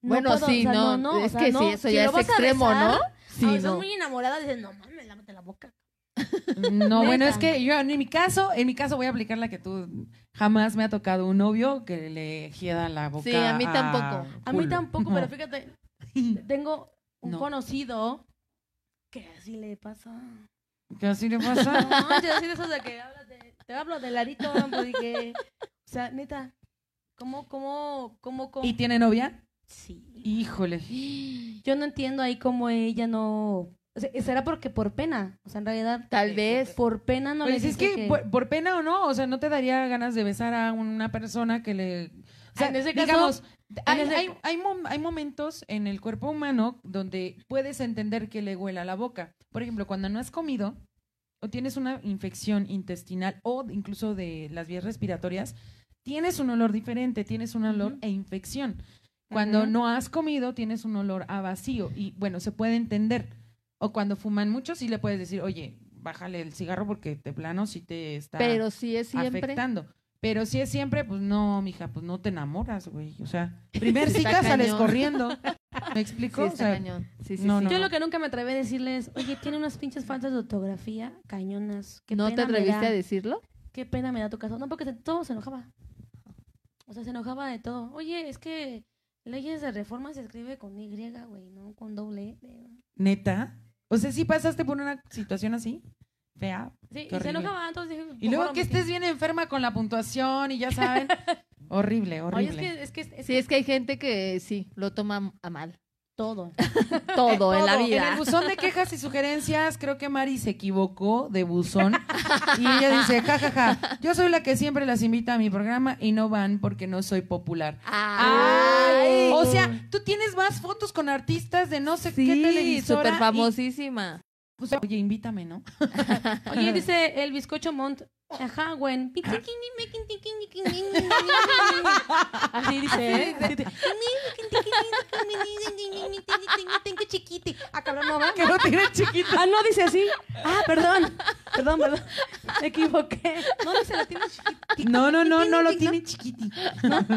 Speaker 4: no
Speaker 3: bueno,
Speaker 4: puedo,
Speaker 3: sí,
Speaker 4: o sea,
Speaker 3: no,
Speaker 4: o
Speaker 3: Es
Speaker 4: sea,
Speaker 3: que
Speaker 4: no.
Speaker 3: sí, eso
Speaker 4: Si
Speaker 3: ya
Speaker 4: lo
Speaker 3: es
Speaker 4: vas a
Speaker 3: extremo,
Speaker 4: besar,
Speaker 3: ¿no? Sí,
Speaker 4: aunque estás
Speaker 3: no.
Speaker 4: muy enamorada, dices, no mames, lávate la boca.
Speaker 2: No,
Speaker 4: Neta.
Speaker 2: bueno, es que yo en mi caso, en mi caso voy a aplicar la que tú jamás me ha tocado un novio que le gieda la boca.
Speaker 3: Sí, a mí tampoco.
Speaker 4: A mí
Speaker 2: culo.
Speaker 4: tampoco,
Speaker 2: No.
Speaker 4: pero fíjate, tengo un
Speaker 2: No.
Speaker 4: conocido que así le *laughs* pasa.
Speaker 2: ¿Qué así
Speaker 4: *laughs*
Speaker 2: le pasa?
Speaker 4: No, yo así de esos de que hablas de, te hablo del ladito, porque, o sea, neta, ¿cómo, cómo, cómo, cómo?
Speaker 2: ¿Y tiene novia?
Speaker 4: Sí.
Speaker 2: Híjole.
Speaker 4: *gasps* Yo no entiendo ahí cómo ella no, o sea, eh, será porque por pena, o sea, en realidad, eh,
Speaker 3: Tal vez.
Speaker 4: por pena no le
Speaker 2: Pues
Speaker 4: dice
Speaker 2: es que, Por, por pena o no, o sea, no te daría ganas de besar a una persona que le... O sea,
Speaker 4: Ah, En ese caso,
Speaker 2: digamos, hay,
Speaker 4: ese-
Speaker 2: hay- hay mom- hay momentos en el cuerpo humano donde puedes entender que le huela la boca. Por ejemplo, cuando no has comido o tienes una infección intestinal o incluso de las vías respiratorias, tienes un olor diferente, tienes un olor
Speaker 4: Ujú.
Speaker 2: e infección. Cuando
Speaker 4: Ujú.
Speaker 2: no has comido, tienes un olor a vacío y bueno, se puede entender. O cuando fuman mucho, sí le puedes decir, oye, bájale el cigarro porque de plano sí te está
Speaker 3: Pero sí es siempre.
Speaker 2: afectando. Pero si es siempre, pues no, mija, pues no te enamoras, güey. O *laughs* sea, primer
Speaker 3: Está
Speaker 2: cita sales
Speaker 3: cañón.
Speaker 2: corriendo. ¿Me explico?
Speaker 3: Sí,
Speaker 2: O sea,
Speaker 3: está cañón. Sí, sí,
Speaker 2: no,
Speaker 3: sí.
Speaker 2: no,
Speaker 4: Yo lo que nunca me atreví a decirles, oye, tiene unas pinches faltas de ortografía cañonas. Qué
Speaker 3: ¿No te
Speaker 4: pena me
Speaker 3: atreviste
Speaker 4: da.
Speaker 3: a decirlo?
Speaker 4: qué pena me da tu caso. No, porque se- todo se enojaba. O sea, se enojaba de todo. Oye, es que leyes de reforma se escribe con Y, güey, no con doble E.
Speaker 2: neta. O sea, sí pasaste por una situación así, fea.
Speaker 4: Sí, y se
Speaker 2: horrible.
Speaker 4: enojaba, entonces dije,
Speaker 2: Y luego que estés bien enferma con la puntuación y ya *laughs* saben. horrible,
Speaker 4: Oye,
Speaker 2: horrible.
Speaker 4: es que es, que, es
Speaker 3: Sí, es que hay gente que sí, lo toma a mal.
Speaker 4: todo.
Speaker 3: Todo, en la
Speaker 2: Todo. En
Speaker 3: vida.
Speaker 2: el buzón de quejas y sugerencias, creo que Mari se equivocó de buzón. Y ella dice, jajaja, yo soy la que siempre las invita a mi programa y no van porque no soy popular.
Speaker 3: Ay.
Speaker 2: O sea, tú tienes más fotos con artistas de no sé qué
Speaker 3: sí,
Speaker 2: televisora.
Speaker 3: súper
Speaker 2: y-
Speaker 3: famosísima.
Speaker 2: o sea, oye, invítame, ¿no?
Speaker 4: Oye, dice el bizcocho Mont. Ajá, güey. Así dice. ¿eh? Ah, cabrón, no va.
Speaker 2: Que no tiene chiquito.
Speaker 4: Ah, no dice así. Ah, perdón. Perdón, perdón. Me equivoqué. No dice la tiene chiquita.
Speaker 2: No, *laughs* no, no, no lo tiene chiquiti.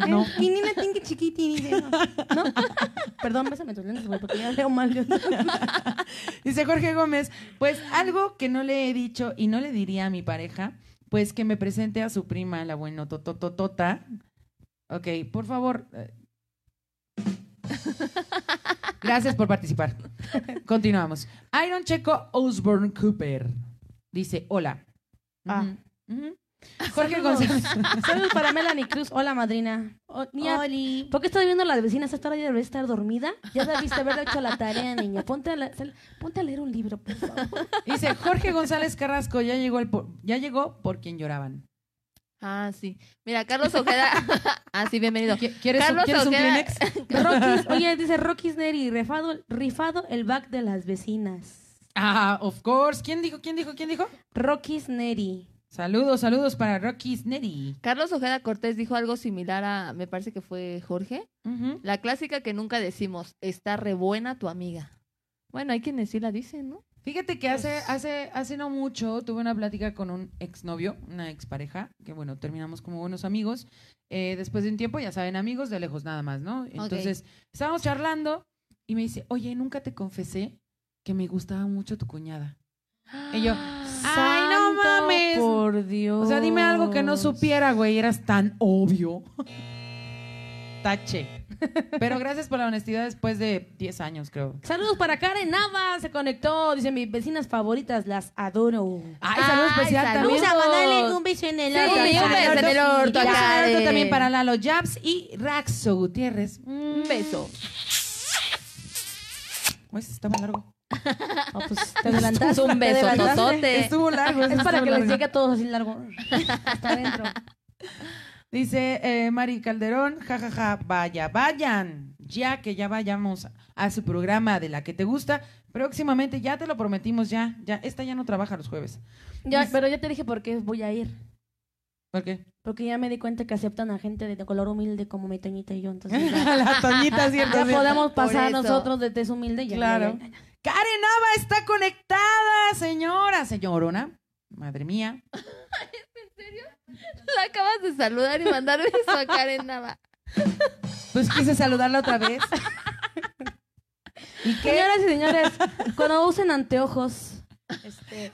Speaker 2: No.
Speaker 4: Y ni la tiene chiquita. y dice, No. ¿No? Perdón, bésame tus lentes, güey, porque ya leo mal. yo.
Speaker 2: *laughs* Dice Jorge Gómez, pues algo que no le he dicho y no le diría a mi pareja, pues que me presente a su prima, la bueno totototota. tota. Ok, por favor. eh. Gracias por participar. Continuamos. Iron Checo Osborne Cooper dice, hola.
Speaker 4: Ah.
Speaker 2: Ujú, ujú.
Speaker 4: Jorge González. Saludos para Melanie Cruz. Hola, madrina. O- niña,
Speaker 6: Oli.
Speaker 4: ¿Por qué estoy viendo a las vecinas? Esta hora ya debe estar dormida. Ya debiste haber hecho la tarea, niña. Ponte a, la- sal- ponte a leer un libro, por favor.
Speaker 2: Dice Jorge González Carrasco, ya llegó, el por- ya llegó por quien lloraban.
Speaker 3: Ah, sí. Mira, Carlos Ojeda. ah, sí, bienvenido.
Speaker 2: ¿Qui- ¿Quieres, un,
Speaker 3: Carlos
Speaker 2: ¿quieres un
Speaker 3: Ojeda-
Speaker 2: Kleenex?
Speaker 4: Rockies- oye, dice Rockies Neri, rifado, rifado el back de las vecinas.
Speaker 2: Ah, of course. ¿Quién dijo? ¿Quién dijo? ¿Quién dijo?
Speaker 4: Rockies Neri.
Speaker 2: Saludos, saludos para Rocky Sneddy.
Speaker 3: Carlos Ojeda Cortés dijo algo similar a, me parece que fue Jorge.
Speaker 2: Ujú.
Speaker 3: La clásica que nunca decimos, está re buena tu amiga. Bueno, hay quienes sí la dicen, ¿no?
Speaker 2: Fíjate que hace, hace, hace no mucho tuve una plática con un exnovio, una expareja, que bueno, terminamos como buenos amigos. Eh, después de un tiempo, ya saben, amigos de lejos nada más, ¿no? Entonces, estábamos charlando y me dice, oye, nunca te confesé que me gustaba mucho tu cuñada. Y yo, ay, no
Speaker 4: Santo
Speaker 2: mames.
Speaker 4: Por Dios.
Speaker 2: O sea, dime algo que
Speaker 4: Oh.
Speaker 2: no supiera, güey, eras tan obvio. Tache. Pero gracias por la honestidad después de 10 años, creo.
Speaker 4: Saludos para Karen Nava, se conectó. Dice, mis vecinas favoritas, las adoro.
Speaker 2: Ay, saludos
Speaker 3: Ay,
Speaker 2: especial
Speaker 3: saludos.
Speaker 2: también.
Speaker 3: Vamos a mandarle
Speaker 4: un beso en el
Speaker 3: Sí, orto. un beso en el orto
Speaker 2: Y un
Speaker 3: acá.
Speaker 2: saludo
Speaker 3: eh.
Speaker 2: también para Lalo Jabs y Raxo Gutiérrez. Mm,
Speaker 3: Un beso. *laughs*
Speaker 2: Uy, ese está muy largo.
Speaker 4: pues, *laughs* te adelantaste.
Speaker 3: Un
Speaker 4: te
Speaker 3: beso,
Speaker 4: adelantaste.
Speaker 3: totote.
Speaker 2: Estuvo largo. ese
Speaker 4: Es para
Speaker 2: estuvo
Speaker 4: que les
Speaker 2: largo.
Speaker 4: llegue a todos así largo. Está adentro.
Speaker 2: Dice eh, Mari Calderón, jajaja, vaya, vayan. Ya que ya vayamos a su programa de la que te gusta. Próximamente, ya te lo prometimos, ya, ya. Esta ya no trabaja los jueves.
Speaker 4: Ya, pero ya te dije por qué voy a ir.
Speaker 2: ¿Por qué?
Speaker 4: Porque ya me di cuenta que aceptan a gente de color humilde como mi Toñita y yo. Entonces *laughs* ya,
Speaker 2: *laughs* la Toñita, cierto.
Speaker 4: ya
Speaker 2: cierto.
Speaker 4: podemos
Speaker 3: Por
Speaker 4: pasar
Speaker 3: eso.
Speaker 4: nosotros de tez humilde. y ya,
Speaker 2: Claro.
Speaker 4: ya, ya, ya.
Speaker 2: Karen Nava está conectada, señora, señorona. Madre mía.
Speaker 3: La acabas de saludar y mandar beso a Karen Nava.
Speaker 2: Pues quise saludarla otra vez. ¿Y qué?
Speaker 4: Señoras y señores, cuando usen anteojos,
Speaker 2: *laughs*
Speaker 4: este,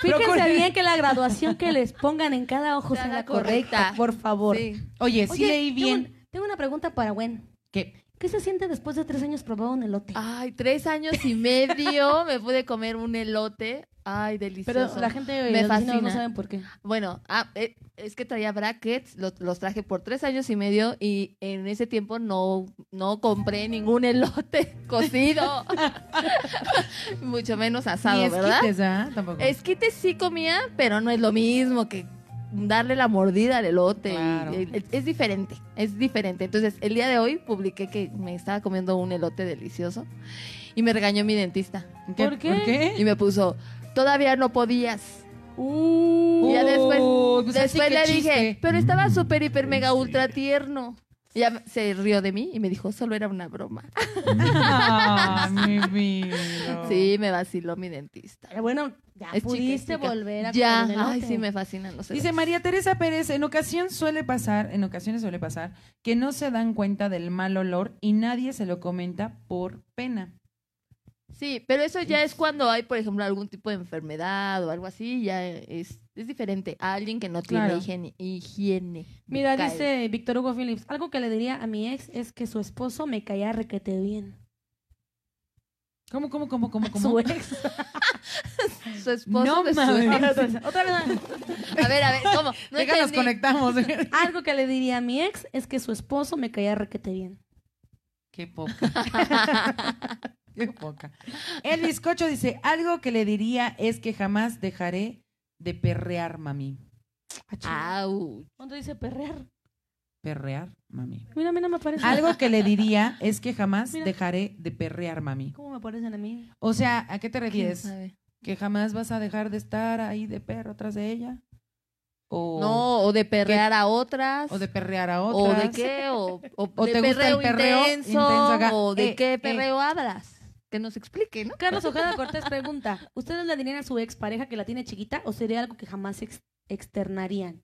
Speaker 4: fíjense
Speaker 2: Procuren.
Speaker 4: bien que la graduación que les pongan en cada ojo sea
Speaker 3: Sea
Speaker 4: la
Speaker 3: la
Speaker 4: correcta,
Speaker 3: correcta.
Speaker 4: por favor.
Speaker 3: Sí.
Speaker 2: Oye, sí
Speaker 4: Oye,
Speaker 2: leí
Speaker 4: tengo
Speaker 2: bien.
Speaker 4: un- tengo una pregunta para Gwen.
Speaker 2: ¿Qué?
Speaker 4: ¿Qué se siente después de tres años probado un elote?
Speaker 3: Ay, tres años y medio me pude comer un elote. Ay,
Speaker 4: Pero
Speaker 3: delicioso.
Speaker 4: la gente
Speaker 3: Me
Speaker 4: los vecinos no
Speaker 3: fascina.
Speaker 4: saben por qué.
Speaker 3: Bueno, ah, eh, es que traía brackets, lo- los traje por tres años y medio y en ese tiempo no, no compré ningún elote *laughs* cocido, mucho menos asado,
Speaker 2: Ni
Speaker 3: ¿verdad?
Speaker 2: esquites, ¿ah? Tampoco.
Speaker 3: Esquites sí comía, pero no es lo mismo que darle la mordida al elote. y-
Speaker 2: Claro.
Speaker 3: y- es, es diferente, es diferente. Entonces, el día de hoy publiqué que me estaba comiendo un elote delicioso y me regañó mi dentista
Speaker 4: ¿Por qué?
Speaker 2: ¿Por
Speaker 3: y
Speaker 2: qué?
Speaker 3: me puso, todavía no podías. Y ya
Speaker 2: Uh,
Speaker 3: después,
Speaker 2: pues así
Speaker 3: después
Speaker 2: que
Speaker 3: le
Speaker 2: chiste.
Speaker 3: dije, pero estaba
Speaker 5: Mm,
Speaker 3: súper, hiper,
Speaker 5: en
Speaker 3: mega,
Speaker 5: serio.
Speaker 3: ultra tierno. Y ya se rió de mí y me dijo, solo era una broma.
Speaker 2: Ah,
Speaker 3: *laughs*
Speaker 2: mi vida.
Speaker 3: Sí, me vaciló mi dentista.
Speaker 4: Eh, Bueno, ya
Speaker 3: Es chica,
Speaker 4: pudiste
Speaker 3: es chica.
Speaker 4: volver a
Speaker 3: Ya,
Speaker 4: comer elote.
Speaker 3: ay, sí, me fascinan los
Speaker 2: Dice María Teresa Pérez, en ocasión suele pasar, en ocasiones suele pasar, que no se dan cuenta del mal olor y nadie se lo comenta por pena.
Speaker 3: Sí, pero eso ya es cuando hay, por ejemplo, algún tipo de enfermedad o algo así, ya es, es diferente a alguien que no tiene
Speaker 2: Claro.
Speaker 3: higiene. higiene. Me
Speaker 4: Mira,
Speaker 3: cae.
Speaker 4: dice Víctor Hugo Phillips, algo que le diría a mi ex es que su esposo me caía requete bien.
Speaker 2: ¿Cómo, cómo, cómo, cómo, cómo?
Speaker 4: Su ex. *laughs*
Speaker 3: Su esposo.
Speaker 2: No
Speaker 3: de su- *laughs*
Speaker 2: mames.
Speaker 4: Otra vez.
Speaker 3: A ver, a ver, ¿cómo? No
Speaker 2: Venga, nos
Speaker 3: entendí. *laughs*
Speaker 2: conectamos.
Speaker 4: Algo que le diría a mi ex es que su esposo me caía requete bien.
Speaker 2: Qué poca. Qué poca. El bizcocho dice, algo que le diría es que jamás dejaré de perrear, mami.
Speaker 4: Ah,
Speaker 3: Au.
Speaker 4: ¿Cuándo dice perrear?
Speaker 2: Perrear, mami.
Speaker 4: Mira, mira, me aparece.
Speaker 2: Algo que le diría es que jamás
Speaker 4: Mira.
Speaker 2: dejaré de perrear, mami.
Speaker 4: ¿Cómo me aparecen a mí?
Speaker 2: O sea, ¿a qué te
Speaker 3: ¿Quién
Speaker 2: refieres?
Speaker 3: sabe?
Speaker 2: ¿Que jamás vas a dejar de estar ahí de perro atrás de ella? ¿O,
Speaker 3: No, o de perrear a otras.
Speaker 2: o de perrear a
Speaker 3: ¿O
Speaker 2: otras?
Speaker 3: de qué?
Speaker 2: *laughs*
Speaker 3: ¿O, o,
Speaker 2: ¿O
Speaker 3: de
Speaker 2: te gusta el
Speaker 3: perreo
Speaker 2: perreo intenso acá?
Speaker 3: ¿O de
Speaker 2: Eh, eh.
Speaker 3: qué perreo hablas? Que nos explique, ¿no?
Speaker 4: Carlos *laughs* Ojeda Cortés pregunta, ¿ustedes le dirían a su ex pareja que la tiene chiquita o sería algo que jamás ex- externarían?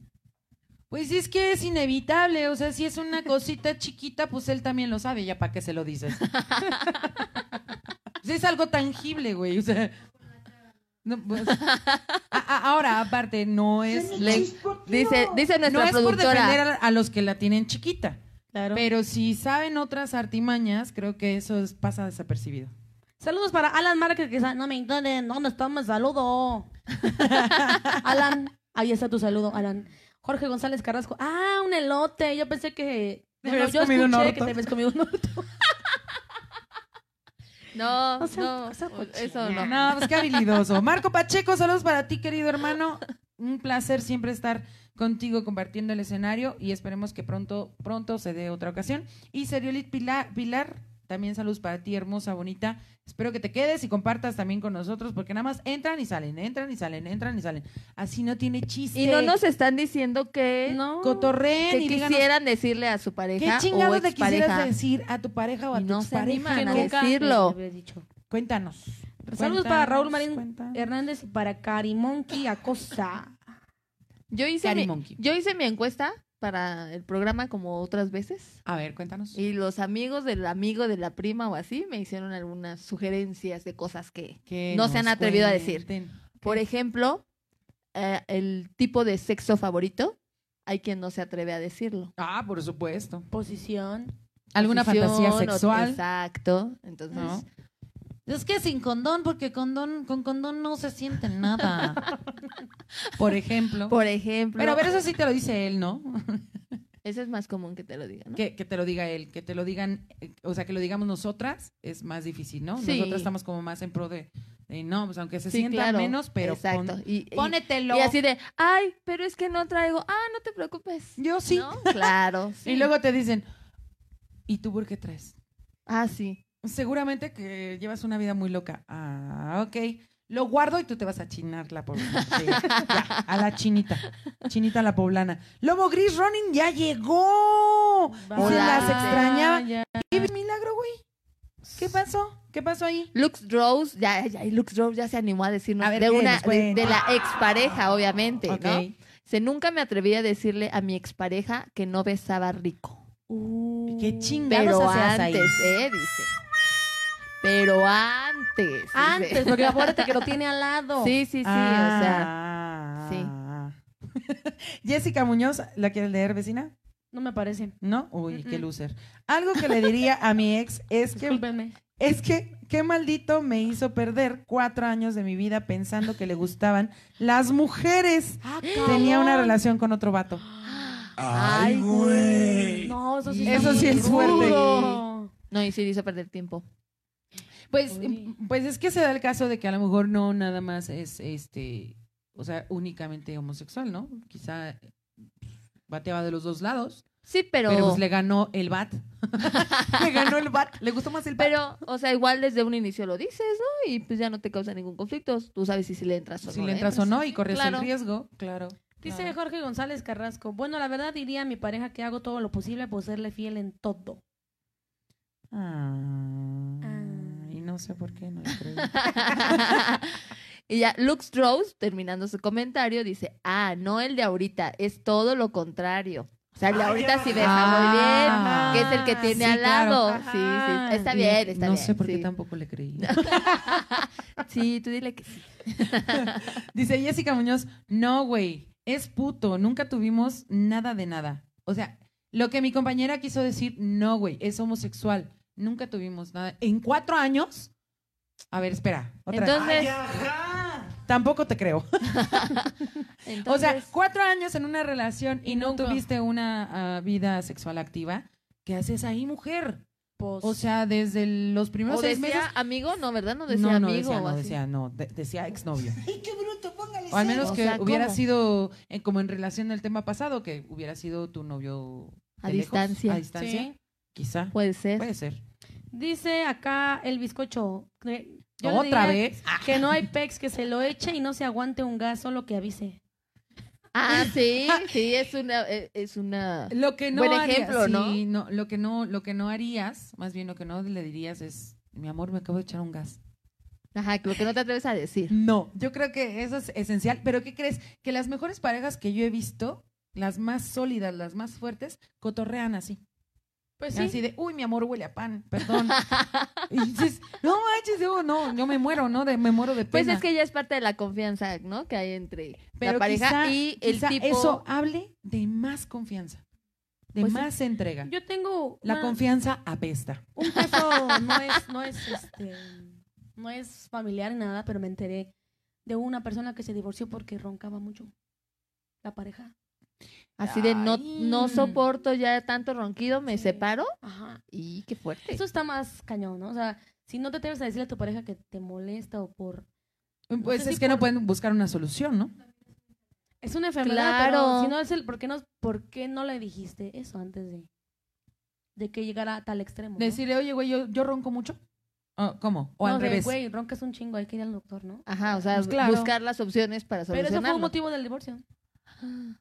Speaker 2: Pues es que es inevitable, o sea, si es una cosita chiquita, pues él también lo sabe, ya para qué se lo dices. Pues es algo tangible, güey, o sea. no, pues- A- a- ahora, aparte, no es.
Speaker 3: Le- dice, dice
Speaker 2: no
Speaker 3: nuestra
Speaker 2: es por
Speaker 3: productora.
Speaker 2: defender a, a los que la tienen chiquita,
Speaker 4: Claro.
Speaker 2: pero si saben otras artimañas, creo que eso es- pasa desapercibido.
Speaker 4: Saludos para *laughs* Alan Márquez, que sa- no me entienden, ¿dónde está mi saludo? Alan, Ahí está tu saludo, Alan. Jorge González Carrasco. Ah, un elote. Yo pensé que.
Speaker 2: Te
Speaker 4: bueno,
Speaker 2: habías
Speaker 4: yo
Speaker 2: comido un
Speaker 4: escuché que
Speaker 2: orto.
Speaker 4: te habías comido un orto.
Speaker 3: No,
Speaker 4: No sean-
Speaker 3: no,
Speaker 4: no sean cochinas.
Speaker 3: eso no.
Speaker 2: No, pues
Speaker 3: *laughs*
Speaker 2: qué habilidoso. Marco Pacheco, saludos para ti, querido hermano. Un placer siempre estar contigo compartiendo el escenario y esperemos que pronto, pronto se dé otra ocasión. Y Seriolit Pilar, Pilar, también saludos para ti, hermosa, bonita. Espero que te quedes y compartas también con nosotros, porque nada más entran y salen, entran y salen, entran y salen. Así no tiene chiste.
Speaker 3: Y no nos están diciendo que,
Speaker 4: No.
Speaker 2: cotorreen
Speaker 3: que
Speaker 2: y díganos
Speaker 3: quisieran decirle a su
Speaker 2: qué
Speaker 3: pareja o
Speaker 2: chingados le quisieras
Speaker 3: expareja.
Speaker 2: decir a tu pareja o a
Speaker 3: Y
Speaker 2: tu
Speaker 3: no se
Speaker 2: expareja?
Speaker 3: animan a
Speaker 2: ¿no?
Speaker 3: decir. decirlo.
Speaker 4: me habías dicho.
Speaker 2: Cuéntanos.
Speaker 4: Saludos para Raúl Marín
Speaker 2: Cuéntanos, cuéntanos.
Speaker 4: Hernández y para Carimonqui Acosta.
Speaker 3: Yo hice,
Speaker 2: Cari
Speaker 3: mi,
Speaker 2: Monkey.
Speaker 3: yo hice mi encuesta para el programa como otras veces.
Speaker 2: A ver, cuéntanos.
Speaker 3: Y los amigos del amigo de la prima o así me hicieron algunas sugerencias de cosas que,
Speaker 2: que
Speaker 3: no se han
Speaker 2: nos
Speaker 3: atrevido a decir.
Speaker 2: cuenten.
Speaker 3: Por ejemplo, eh, el tipo de sexo favorito, hay quien no se atreve a decirlo.
Speaker 2: Ah, por supuesto.
Speaker 4: Posición.
Speaker 2: ¿Alguna
Speaker 3: Posición,
Speaker 2: fantasía
Speaker 3: o-
Speaker 2: sexual?
Speaker 3: Exacto. Entonces,
Speaker 2: ¿no?
Speaker 7: Es que sin condón, porque condón, con condón no se siente nada.
Speaker 2: Por ejemplo.
Speaker 3: por ejemplo,
Speaker 2: Pero a ver, eso sí te lo dice él, ¿no?
Speaker 3: ese es más común que te lo digan. ¿no?
Speaker 2: Que, que te lo diga él, que te lo digan, eh, o sea, que lo digamos nosotras es más difícil, ¿no?
Speaker 3: Sí.
Speaker 2: Nosotras estamos como más en pro de, de, no, pues aunque se
Speaker 3: Sí,
Speaker 2: sienta
Speaker 3: claro,
Speaker 2: menos, pero pon-
Speaker 3: Exacto. Y, y-
Speaker 7: Pónetelo.
Speaker 3: y así de, ay, pero es que no traigo. Ah, no te preocupes.
Speaker 2: yo sí.
Speaker 3: ¿No? Claro. sí.
Speaker 2: *laughs* Y luego te dicen, ¿y tú por qué traes?
Speaker 3: Ah, sí.
Speaker 2: Seguramente que llevas una vida muy loca. Ah, ok. Lo guardo y tú te vas a chinar la poblana. Sí, ya, a la chinita. Chinita la poblana. Lobo Gris Ronin ya llegó. Se
Speaker 3: Hola.
Speaker 2: las extrañaba.
Speaker 4: Ya.
Speaker 2: ¡Qué milagro, güey! ¿Qué pasó? ¿Qué pasó ahí?
Speaker 3: Lux Rose, ya, ya, y Lux Rose ya se animó a decirnos
Speaker 2: A ver,
Speaker 3: de
Speaker 2: ¿qué
Speaker 3: una
Speaker 2: nos
Speaker 3: de,
Speaker 2: cuenta?
Speaker 3: de la expareja, obviamente,
Speaker 2: Ok.
Speaker 3: ¿no? Se nunca me atreví a decirle a mi expareja que no besaba rico.
Speaker 2: ¿Qué chingados
Speaker 3: Pero
Speaker 2: hacías ahí?
Speaker 3: antes, eh, dice. Pero antes. dice.
Speaker 4: Antes, porque acuérdate que lo tiene al lado.
Speaker 3: *laughs* Sí, sí, sí,
Speaker 2: Ah. *laughs* Jessica Muñoz, ¿la quieres leer, vecina?
Speaker 4: No me parece.
Speaker 2: ¿No? Uy, qué
Speaker 4: Mm-mm.
Speaker 2: loser. Algo que le diría a mi ex es que
Speaker 4: Discúlpenme.
Speaker 2: Es que, qué maldito me hizo perder cuatro años de mi vida pensando que le gustaban las mujeres. Tenía una relación con otro vato.
Speaker 3: Ay,
Speaker 5: güey.
Speaker 4: No, eso sí,
Speaker 2: Eso
Speaker 4: está muy
Speaker 2: sí es fuerte.
Speaker 4: rudo.
Speaker 3: o sea. No, y sí le hizo perder tiempo.
Speaker 2: Pues,
Speaker 4: Uy.
Speaker 2: mm, pues es que se da el caso de que a lo mejor no nada más es este, o sea, únicamente homosexual, ¿no? Quizá bateaba de los dos lados,
Speaker 3: Sí, pero.
Speaker 2: pero,
Speaker 3: Pero,
Speaker 2: pues le ganó el bat. *laughs* le ganó el bat, le gustó más el bat.
Speaker 3: o sea, igual desde un inicio lo dices, ¿no? Y pues ya no te causa ningún conflicto. Tú sabes si, sí le entras o no.
Speaker 2: si le entras o no y corres
Speaker 3: Claro.
Speaker 2: el riesgo, claro.
Speaker 4: Dice Jorge González Carrasco. Bueno, la verdad diría a mi pareja que hago todo lo posible por serle fiel en todo. Ah.
Speaker 2: y no sé por qué no le *laughs* creí.
Speaker 3: *laughs* y ya, Lux Rose, terminando su comentario, dice, ah, no el de ahorita, es todo lo contrario. O sea, el de ahorita sí deja
Speaker 2: Ah.
Speaker 3: muy bien, que es el que tiene
Speaker 2: Sí,
Speaker 3: al lado.
Speaker 2: claro.
Speaker 3: Sí, sí, está
Speaker 2: Y
Speaker 3: bien, está
Speaker 2: no
Speaker 3: bien.
Speaker 2: sé por qué
Speaker 3: sí.
Speaker 2: tampoco
Speaker 3: *laughs*
Speaker 2: le creí.
Speaker 3: Sí, tú dile que sí.
Speaker 2: Dice Jessica Muñoz, no, güey, es puto, nunca tuvimos nada de nada. O sea, lo que mi compañera quiso decir, no, güey, es homosexual, nunca tuvimos nada. ¿En cuatro años? A ver, espera, otra
Speaker 3: Entonces,
Speaker 2: vez. Tampoco te creo. *laughs* O
Speaker 3: entonces,
Speaker 2: sea, cuatro años en una relación y,
Speaker 4: Y
Speaker 2: no
Speaker 4: nunca.
Speaker 2: tuviste una ah, vida sexual activa. ¿Qué haces ahí, mujer? O sea, desde los primeros
Speaker 3: o
Speaker 2: seis
Speaker 3: decía
Speaker 2: meses
Speaker 3: amigo, no, ¿verdad? No decía
Speaker 2: no, no
Speaker 3: amigo.
Speaker 2: decía,
Speaker 3: o
Speaker 2: no
Speaker 3: así.
Speaker 2: decía, no, de- decía *laughs* exnovio. O al menos
Speaker 3: O
Speaker 2: que
Speaker 3: sea,
Speaker 2: hubiera
Speaker 3: ¿cómo?
Speaker 2: sido eh, como en relación al tema pasado, que hubiera sido tu novio
Speaker 3: A
Speaker 2: de lejos,
Speaker 3: distancia. Pues,
Speaker 2: a distancia,
Speaker 4: Sí.
Speaker 2: quizá.
Speaker 3: Puede ser.
Speaker 2: Puede ser.
Speaker 4: Dice acá el bizcocho. que- yo le
Speaker 2: Otra
Speaker 4: diría
Speaker 2: vez. Ah,
Speaker 4: Que no hay pex que se lo eche y no se aguante un gas, solo que avise.
Speaker 3: Ah,
Speaker 2: *laughs*
Speaker 3: sí, sí, es una, eh, es una...
Speaker 2: Lo que no
Speaker 3: Buen
Speaker 2: harías,
Speaker 3: ejemplo, ¿no?
Speaker 2: sí, lo que no, lo que no harías, más bien lo que no le dirías es, mi amor, me acabo de echar un gas.
Speaker 3: Ajá, lo que no te atreves a decir.
Speaker 2: No, yo creo que eso es esencial. Pero ¿qué crees? Que las mejores parejas que yo he visto, las más sólidas, las más fuertes, cotorrean así.
Speaker 4: Pues
Speaker 2: Así de, uy, mi amor huele a pan,
Speaker 3: *laughs*
Speaker 2: perdón. y dices, no manches, digo, no, yo me muero, ¿no? De, me muero de pena.
Speaker 3: Pues es que ya es parte de la confianza, ¿no? Que hay entre
Speaker 2: Pero
Speaker 3: la pareja
Speaker 2: quizá-
Speaker 3: y el
Speaker 2: quizá
Speaker 3: tipo.
Speaker 2: Eso hable de más confianza, de
Speaker 3: Pues sí.
Speaker 2: más entrega.
Speaker 4: Yo tengo
Speaker 2: La
Speaker 4: una-
Speaker 2: confianza apesta.
Speaker 4: un caso, no es, no es este, no es familiar ni nada, pero me enteré de una persona que se divorció porque roncaba mucho. la pareja.
Speaker 3: Así de no, no soporto ya tanto ronquido, me
Speaker 4: Sí.
Speaker 3: separo.
Speaker 4: Ajá.
Speaker 3: Y qué fuerte.
Speaker 4: Eso está más cañón, ¿no? O sea, si no te atreves a decirle a tu pareja que te molesta o por...
Speaker 2: Pues
Speaker 4: sé
Speaker 2: es
Speaker 4: si
Speaker 2: que no
Speaker 4: por-
Speaker 2: pueden buscar una solución, ¿no?
Speaker 4: Es una enfermedad,
Speaker 3: Claro.
Speaker 4: pero si no es el... ¿Por qué no, por qué no le dijiste eso antes de, de que llegara a tal extremo? ¿no?
Speaker 2: Decirle, oye, güey, yo, yo ronco mucho. Ah, ¿Cómo? O
Speaker 4: No,
Speaker 2: al
Speaker 4: de,
Speaker 2: revés.
Speaker 4: Güey, roncas un chingo, hay que ir al doctor, ¿no?
Speaker 3: Ajá, o sea,
Speaker 2: Pues claro.
Speaker 3: buscar las opciones para
Speaker 4: Pero eso
Speaker 3: solucionarlo.
Speaker 4: fue un motivo del divorcio.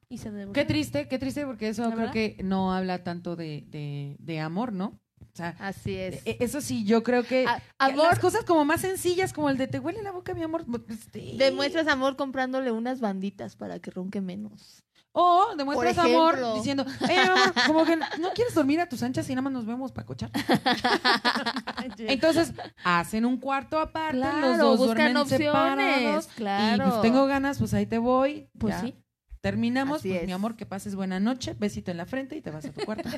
Speaker 4: Y se
Speaker 2: Qué
Speaker 4: divorció.
Speaker 2: triste, qué triste, porque eso
Speaker 4: ¿La
Speaker 2: creo
Speaker 4: verdad?
Speaker 2: que no habla tanto de, de- de amor, ¿no? O sea,
Speaker 3: Así es. Ah,
Speaker 2: e- eso sí, yo creo que.
Speaker 3: A-
Speaker 2: que
Speaker 3: amor,
Speaker 2: Las cosas como más sencillas, como el de te huele la boca, mi amor. pues, sí.
Speaker 3: demuestras amor comprándole unas banditas para que ronque menos.
Speaker 2: O demuestras
Speaker 3: Por
Speaker 2: amor
Speaker 3: ejemplo.
Speaker 2: diciendo, eh, mi amor, como que no quieres dormir a tus anchas y nada más nos vemos para
Speaker 3: *laughs*
Speaker 2: cochar. Entonces, hacen un cuarto aparte, los
Speaker 3: Claro,
Speaker 2: dos
Speaker 3: buscan
Speaker 2: duermen
Speaker 3: opciones.
Speaker 2: separados.
Speaker 3: Claro.
Speaker 2: Y pues, tengo ganas, pues ahí te voy.
Speaker 4: Pues
Speaker 2: ya.
Speaker 4: sí.
Speaker 2: Terminamos,
Speaker 3: Así
Speaker 2: pues mi
Speaker 3: es.
Speaker 2: amor, que pases buena noche, besito en la frente y te vas a tu
Speaker 3: *laughs*
Speaker 2: cuarto.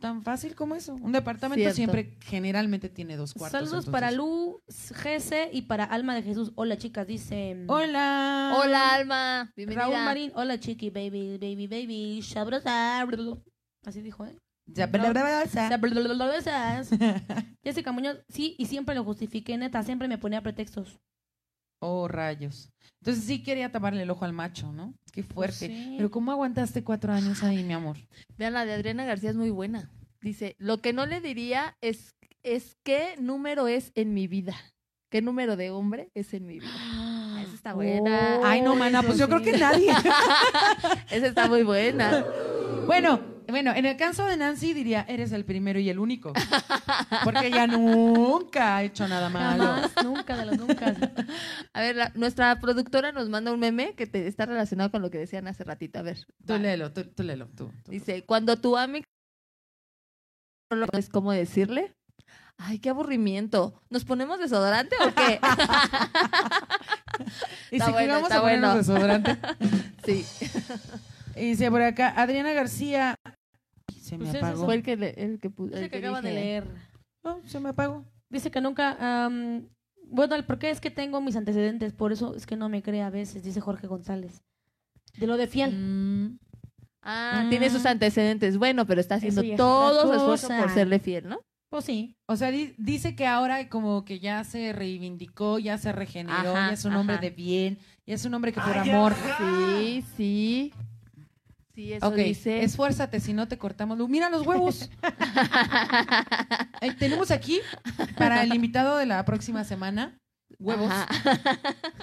Speaker 2: Tan fácil como eso. Un departamento
Speaker 3: Cierto.
Speaker 2: siempre generalmente tiene dos cuartos.
Speaker 4: Saludos
Speaker 2: entonces.
Speaker 4: para Luz GC y para Alma de Jesús. Hola, chicas, dice.
Speaker 2: Hola.
Speaker 3: Hola, Alma. Bienvenida.
Speaker 4: Raúl Marín. Hola, chiqui, baby, baby, baby. Sabrosa. Así dijo, ¿eh?
Speaker 2: Ya, bla, bla, bla, bla.
Speaker 4: Sabrosas. Jessica Muñoz, sí, y siempre lo justifiqué, neta, siempre me ponía pretextos.
Speaker 2: Oh, rayos. Entonces sí quería taparle el ojo al macho, ¿no? Qué fuerte.
Speaker 4: sí.
Speaker 2: Pero ¿cómo aguantaste cuatro años ahí, mi amor?
Speaker 3: Vean, la de Adriana García es muy buena. Dice, lo que no le diría es, es qué número es en mi vida. ¿Qué número de hombre es en mi vida? Esa está buena.
Speaker 2: Ay, no, mana, pues yo creo que nadie.
Speaker 3: Esa está muy buena.
Speaker 2: *laughs* bueno, bueno, en el caso de Nancy diría, eres el primero y el único. Porque ella nunca ha hecho nada malo.
Speaker 4: Jamás, *laughs* nunca, de los nunca.
Speaker 3: A ver, la- nuestra productora nos manda un meme que te, está relacionado con lo que decían hace ratito. A ver.
Speaker 2: Tú
Speaker 3: va.
Speaker 2: léelo, tú, tú léelo, tú. tú.
Speaker 3: Dice, cuando tu amigo no sabes cómo decirle, ay, qué aburrimiento. ¿Nos ponemos desodorante o qué?
Speaker 2: Y
Speaker 3: Está
Speaker 2: si
Speaker 3: bueno,
Speaker 2: vamos
Speaker 3: está
Speaker 2: a ponernos
Speaker 3: bueno.
Speaker 2: desodorante.
Speaker 3: sí.
Speaker 2: Y dice por acá, Adriana García. Ay, Se me
Speaker 4: Pues ese
Speaker 2: apagó.
Speaker 3: Fue el que, le- el que, pu- el
Speaker 4: Dice que
Speaker 3: que
Speaker 4: acaba de
Speaker 3: dije.
Speaker 4: leer.
Speaker 2: Oh, se me apagó.
Speaker 4: Dice que nunca. am, bueno, el por qué es que tengo mis antecedentes, por eso es que no me cree a veces, dice Jorge González. De lo de fiel.
Speaker 2: Mm,
Speaker 3: Ah,
Speaker 2: Mm.
Speaker 3: tiene sus antecedentes. Bueno, pero está haciendo
Speaker 4: ya es
Speaker 3: todo su
Speaker 4: otra
Speaker 3: esfuerzo por
Speaker 4: cosa.
Speaker 3: serle fiel, ¿no?
Speaker 4: Pues sí.
Speaker 2: O sea, di- dice que ahora como que ya se reivindicó, ya se regeneró,
Speaker 3: Ajá,
Speaker 2: ya es un hombre
Speaker 3: ajá.
Speaker 2: de bien, ya es un hombre que por amor.
Speaker 3: Sí, sí. Sí, eso
Speaker 2: Ok,
Speaker 3: dice.
Speaker 2: esfuérzate, si no te cortamos. luz. Mira los
Speaker 3: *laughs*
Speaker 2: huevos. Eh, tenemos aquí para el invitado de la próxima semana huevos.
Speaker 3: Ajá.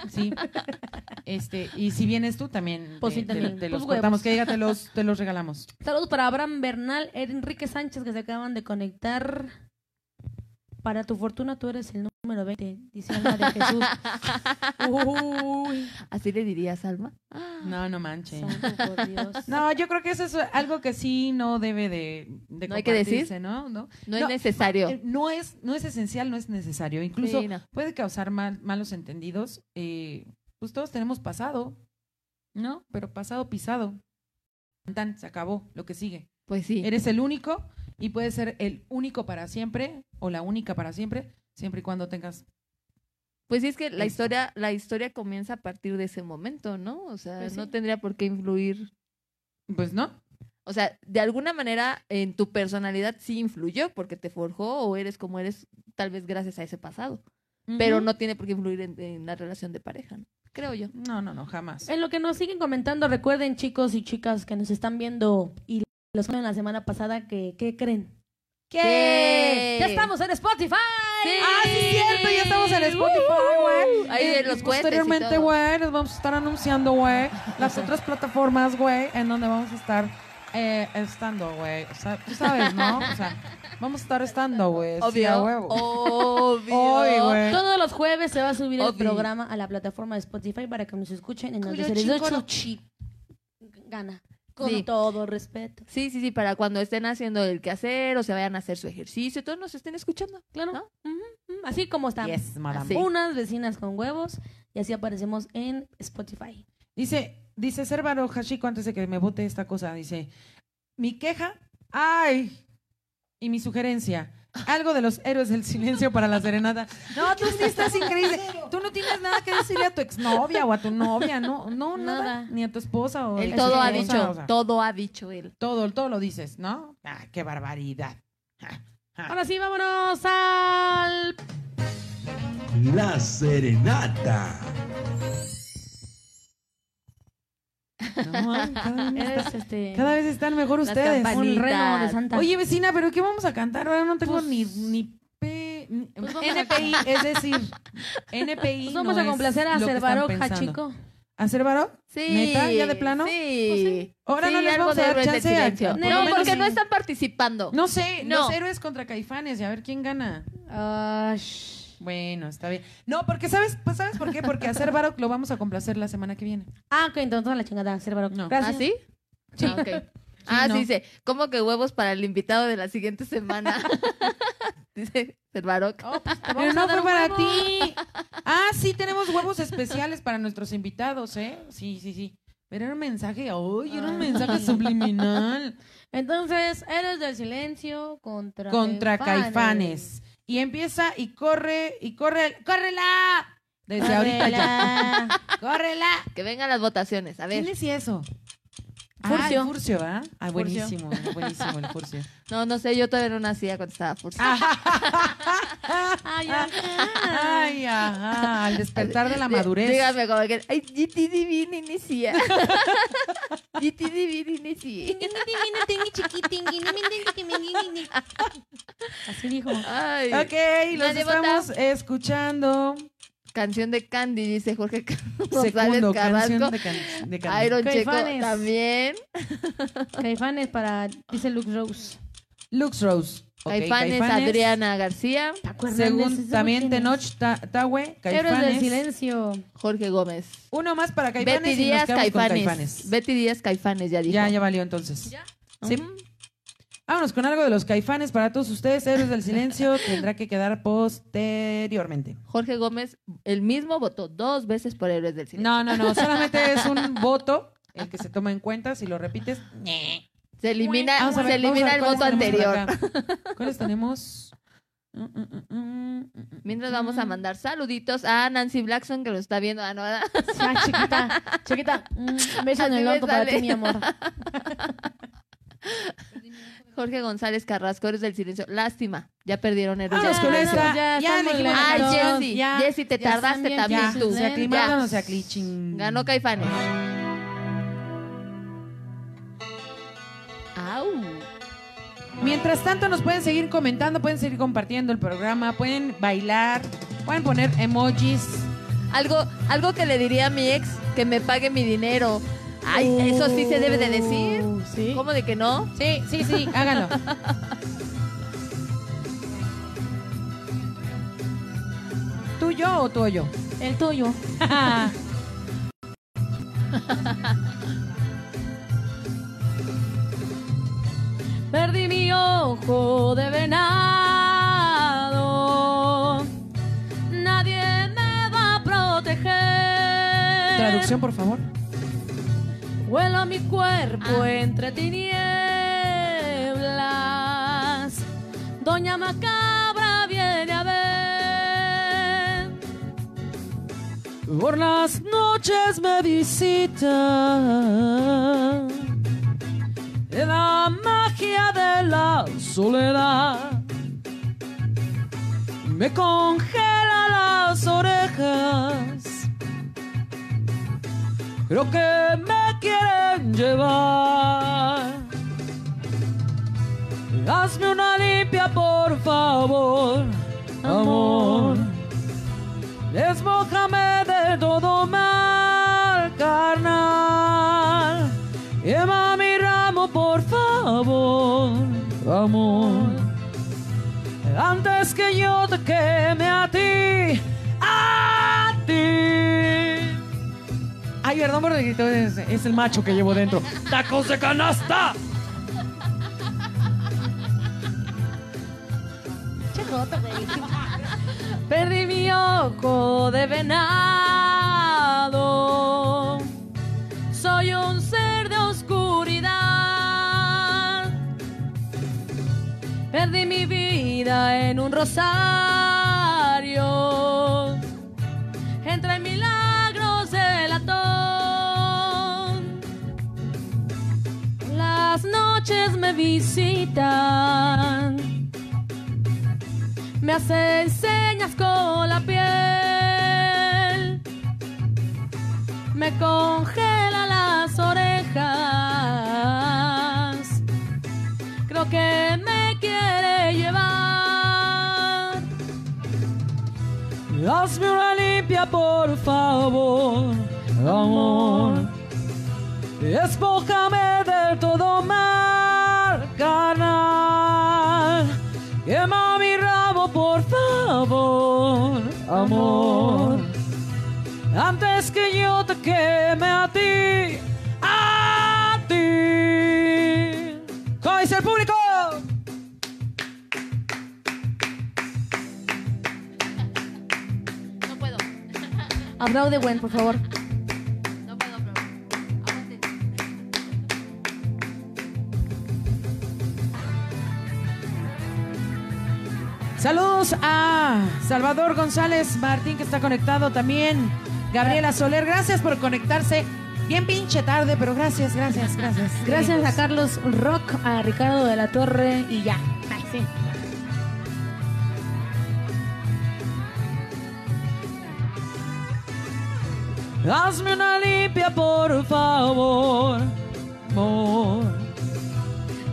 Speaker 2: Sí. Este, y si vienes tú también, eh,
Speaker 4: Pues
Speaker 2: te,
Speaker 4: sí,
Speaker 2: te-
Speaker 4: también.
Speaker 2: te los
Speaker 4: Pues huevos.
Speaker 2: cortamos, que diga, te los, te
Speaker 3: *laughs*
Speaker 2: los regalamos.
Speaker 4: Saludos para Abraham Bernal, Enrique Sánchez, que se acaban de conectar. Para tu fortuna, tú eres el número 20, dice *laughs* Alma de Jesús. Uy,
Speaker 3: Así le dirías, Alma.
Speaker 2: No, no manches.
Speaker 4: santo por Dios.
Speaker 2: No, yo creo que eso es algo que sí no debe de, de
Speaker 3: No hay que decir.
Speaker 2: compartirse, ¿no? No,
Speaker 3: No,
Speaker 2: No,
Speaker 3: es necesario.
Speaker 2: Eh, no es, no es esencial, no es necesario. Incluso
Speaker 3: Sí, no.
Speaker 2: puede causar mal- malos entendidos. eh, pues todos tenemos pasado, ¿no? Pero pasado pisado. Tan, se acabó lo que sigue.
Speaker 3: Pues sí.
Speaker 2: Eres el único y puedes ser el único para siempre o la única para siempre, siempre y cuando tengas.
Speaker 3: Pues sí, es que la
Speaker 2: Listo.
Speaker 3: historia, la historia comienza a partir de ese momento, ¿no? O sea,
Speaker 4: Pues sí.
Speaker 3: no tendría por qué influir.
Speaker 2: Pues no.
Speaker 3: O sea, de alguna manera en tu personalidad sí influyó porque te forjó o eres como eres, tal vez gracias a ese pasado. Pero no tiene por qué influir en, en la relación de pareja, ¿no? creo yo.
Speaker 2: No, no, no, jamás.
Speaker 4: En lo que nos siguen comentando, recuerden, chicos y chicas que nos están viendo y los vieron la semana pasada, que ¿qué creen?
Speaker 3: ¿Qué?
Speaker 4: ¡Ya estamos en Spotify!
Speaker 3: ¡Ah, sí es cierto!
Speaker 2: Ya estamos en Spotify, güey.
Speaker 3: Uh-huh. Ahí de
Speaker 2: Eh,
Speaker 3: los cohetes
Speaker 2: y
Speaker 3: y
Speaker 2: Posteriormente,
Speaker 3: todo.
Speaker 2: güey, les vamos a estar anunciando, güey, las otras plataformas, güey, en donde vamos a estar eh, estando, güey. O sea, tú sabes, ¿no? O sea, vamos a estar estando, güey.
Speaker 4: Pues
Speaker 2: sí, a huevo. *laughs*
Speaker 3: Obvio.
Speaker 2: Hoy, güey.
Speaker 4: Ah, Todos los jueves se va a subir el
Speaker 3: Obvio.
Speaker 4: programa a la plataforma de Spotify para que nos escuchen en donde
Speaker 2: Cuyo
Speaker 4: se les dé
Speaker 2: chico
Speaker 4: su
Speaker 2: no-
Speaker 4: chi- gana. Con
Speaker 3: Sí.
Speaker 4: todo respeto.
Speaker 3: Sí, sí, sí, para cuando estén haciendo el quehacer o se vayan a hacer su ejercicio, todos nos estén escuchando.
Speaker 4: Claro.
Speaker 3: ¿No?
Speaker 4: Ujú, ujú. Así como están.
Speaker 2: Yes, madame.
Speaker 3: Así. Sí.
Speaker 4: Unas vecinas con huevos y así aparecemos en Spotify.
Speaker 2: Dice, dice Cérvaro Hashiko, antes de que me vote esta cosa, dice, mi queja, ay, y mi sugerencia, algo de los héroes del silencio para la serenata. No, tú sí estás increíble. Tú no tienes nada que decirle a tu exnovia o a tu novia, no, no, nada.
Speaker 4: Nada.
Speaker 2: Ni a tu esposa o
Speaker 3: Él
Speaker 2: ex
Speaker 3: todo ha
Speaker 2: esposa,
Speaker 3: dicho,
Speaker 2: o sea,
Speaker 3: todo ha dicho él.
Speaker 2: todo, todo lo dices, ¿no? Ah, qué barbaridad. Ah, Ja, ja.
Speaker 4: Ahora sí, vámonos al
Speaker 5: La Serenata.
Speaker 2: No, ay, cada, vez
Speaker 4: Es,
Speaker 2: está-
Speaker 4: este,
Speaker 2: cada vez están mejor
Speaker 3: Las
Speaker 2: ustedes.
Speaker 3: campanas.
Speaker 4: un reno de
Speaker 3: Vanidad.
Speaker 4: Santa.
Speaker 2: Oye, vecina, ¿pero qué vamos a cantar? Ahora no tengo
Speaker 4: Pues-
Speaker 2: ni, ni P- ni-
Speaker 4: Pues vamos a
Speaker 2: NPI, es decir,
Speaker 3: *laughs*
Speaker 2: NPI.
Speaker 4: Pues vamos
Speaker 2: no
Speaker 4: a complacer a
Speaker 2: es lo que están
Speaker 4: Cervaroja,
Speaker 2: pensando.
Speaker 4: chico.
Speaker 2: ¿A Cervaro?
Speaker 3: Sí.
Speaker 2: ¿Neta? ¿Ya de plano?
Speaker 3: Sí.
Speaker 4: Pues sí.
Speaker 2: Ahora
Speaker 3: Sí,
Speaker 2: no les
Speaker 3: algo
Speaker 2: vamos
Speaker 3: de
Speaker 2: a dar
Speaker 3: Héroes del
Speaker 2: chance. a-
Speaker 3: Silencio.
Speaker 2: por lo
Speaker 3: No,
Speaker 2: menos
Speaker 3: porque
Speaker 2: sí.
Speaker 3: no están participando.
Speaker 2: No sé, los
Speaker 3: No.
Speaker 2: héroes contra caifanes, y a ver quién gana.
Speaker 4: Ah, sh-
Speaker 2: Bueno, está bien. No, porque sabes, pues sabes por qué, porque a Cervarok lo vamos a complacer la semana
Speaker 3: *laughs*
Speaker 2: que viene.
Speaker 4: ah, ok, entonces la chingada, Cervaroja.
Speaker 2: No.
Speaker 3: ¿Ah,
Speaker 4: Gracias.
Speaker 3: sí? Sí. Ah, ok. Ah,
Speaker 2: no.
Speaker 3: sí, dice, ¿cómo que huevos para el invitado de la siguiente semana? *laughs* dice Cervaroc.
Speaker 2: Pero no fue para ti. Ah, sí, tenemos huevos especiales para nuestros invitados, ¿eh? Sí, sí, sí. Pero era un mensaje, ¡ay! Era un
Speaker 3: Ah.
Speaker 2: mensaje subliminal
Speaker 4: Entonces, Héroes del Silencio contra
Speaker 2: contra caifanes. Y empieza y corre, y corre, ¡córrela! Desde ahorita ya.
Speaker 3: *laughs*
Speaker 4: Córrela.
Speaker 2: ¡Córrela!
Speaker 3: Que vengan las votaciones, a
Speaker 2: ¿Quién
Speaker 3: ver.
Speaker 2: decía eso?
Speaker 4: Furcio.
Speaker 2: Ah, el Furcio, ¿ah? Ah,
Speaker 4: Furcio.
Speaker 2: buenísimo, buenísimo el
Speaker 3: *laughs*
Speaker 2: Furcio.
Speaker 3: No, no sé, yo todavía no nacía cuando estaba Furcio.
Speaker 2: Ah,
Speaker 4: Ay, ya.
Speaker 2: Ay, ajá, al despertar de la
Speaker 3: Dí-
Speaker 2: madurez.
Speaker 3: Dígame como que, ay, GT Divine inicia. *laughs* GT Divine inicia.
Speaker 4: Así dijo.
Speaker 3: Ay,
Speaker 2: Ok, los
Speaker 3: Nadie
Speaker 2: estamos escuchando.
Speaker 3: canción de Candy, dice Jorge González
Speaker 2: Segundo, canción
Speaker 3: Carrasco.
Speaker 2: de, can- de can-
Speaker 3: Iron Checo
Speaker 2: Caifanes.
Speaker 3: también.
Speaker 4: Caifanes para, dice Luke Rose.
Speaker 2: Lux Rose. Ok,
Speaker 3: Caifanes, Adriana García,
Speaker 4: ¿Te acuerdas de
Speaker 2: Según
Speaker 4: esos
Speaker 2: también
Speaker 4: orígenes?
Speaker 2: Tenoch Ta- Tahue,
Speaker 4: Héroes del
Speaker 2: Caifanes.
Speaker 4: Silencio.
Speaker 3: Jorge Gómez.
Speaker 2: Uno más para Caifanes
Speaker 3: Betty
Speaker 2: y nos
Speaker 3: Díaz,
Speaker 2: quedamos
Speaker 3: Caifanes.
Speaker 2: con Caifanes.
Speaker 3: Betty Díaz, Caifanes, ya dijo. Mm.
Speaker 2: Ya, ya valió entonces. Sí. Vámonos con algo de los Caifanes para todos ustedes. Héroes
Speaker 3: *laughs*
Speaker 2: del Silencio tendrá que quedar posteriormente.
Speaker 3: Jorge Gómez, el mismo votó dos veces por Héroes del Silencio.
Speaker 2: No, no, no. Solamente es
Speaker 3: *laughs*
Speaker 2: un voto el que se toma en cuenta. Si lo repites,
Speaker 3: Se elimina,
Speaker 2: Vamos a
Speaker 3: se
Speaker 2: ver, vamos a
Speaker 3: elimina
Speaker 2: ver
Speaker 3: el
Speaker 2: cuáles
Speaker 3: voto
Speaker 2: tenemos
Speaker 3: anterior.
Speaker 2: por acá. ¿Cuáles tenemos? Mm, mm, mm, mm, mm, mm,
Speaker 3: Mientras
Speaker 2: mm.
Speaker 3: vamos a mandar saluditos a Nancy Blackson, que lo está viendo. Ah, no, ah,
Speaker 4: Ah, chiquita, chiquita. Mm, beso en
Speaker 3: Así
Speaker 4: el
Speaker 3: me
Speaker 4: orco para
Speaker 3: sale.
Speaker 4: ti, mi amor.
Speaker 3: *laughs* Jorge González Carrasco, Héroes del Silencio. Lástima, ya perdieron Héroes del
Speaker 2: Vámonos Ah, con
Speaker 3: Silencio.
Speaker 2: esta.
Speaker 4: Ya
Speaker 2: Ya,
Speaker 4: estamos
Speaker 2: dijimos
Speaker 4: lentos.
Speaker 2: que
Speaker 3: Ay,
Speaker 2: todos,
Speaker 3: Jessy,
Speaker 2: ya.
Speaker 3: Jessy, te
Speaker 4: ya están
Speaker 3: tardaste
Speaker 4: bien
Speaker 3: también
Speaker 4: sus
Speaker 3: tú.
Speaker 2: Se
Speaker 4: lentos.
Speaker 2: aclimaron o se
Speaker 3: Ya.
Speaker 2: acliching.
Speaker 3: Ganó Caifanes. Au.
Speaker 2: Mientras tanto, nos pueden seguir comentando, pueden seguir compartiendo el programa, pueden bailar, pueden poner emojis.
Speaker 3: Algo, algo que le diría a mi ex, que me pague mi dinero. Ay, eso sí se debe de decir.
Speaker 4: Oh, Sí.
Speaker 3: ¿Cómo de que no?
Speaker 2: Sí, sí, sí, háganlo. ¿Tú yo o tú o yo?
Speaker 4: El tuyo. *laughs* Perdí mi ojo de venado. Nadie me va a proteger.
Speaker 2: Traducción, por favor.
Speaker 4: Vuelo mi cuerpo
Speaker 2: Ah.
Speaker 4: entre tinieblas. Doña Macabra viene a ver.
Speaker 2: Por las noches me visita en la magia de la soledad. Me congela las orejas. Creo que me quieren llevar. Hazme una limpia, por favor, amor. Desmójame de todo mal, carnal. Lleva mi ramo, por favor, amor. Antes que yo te queme a ti, a ti. Ay, perdón por el grito, es, es el macho que llevo dentro. ¡Tacos de canasta!
Speaker 4: Perdí mi ojo de venado. Soy un ser de oscuridad. Perdí mi vida Entra en un rosario. Entra en milagros de latón. Las noches me visitan. Me hacen señas con la piel. Me congela las orejas. Creo que me quiere llevar.
Speaker 2: Hazme una limpia, por favor, amor. Espójame del todo mal, carnal. Quema mi rabo, por favor, amor. Antes que yo te queme a ti, a ti. ¿Cómo dice el público?
Speaker 3: No puedo,
Speaker 4: Aplaude, Gwen, por favor.
Speaker 3: no puedo, pero. aguante.
Speaker 2: Saludos a Salvador González Martín, que está conectado también. Gabriela Soler, gracias por conectarse. Bien pinche tarde, pero gracias, gracias, gracias.
Speaker 4: Gracias a Carlos Rock, a Ricardo de la Torre y ya. Ay, sí.
Speaker 2: Hazme una limpia, por favor. amor.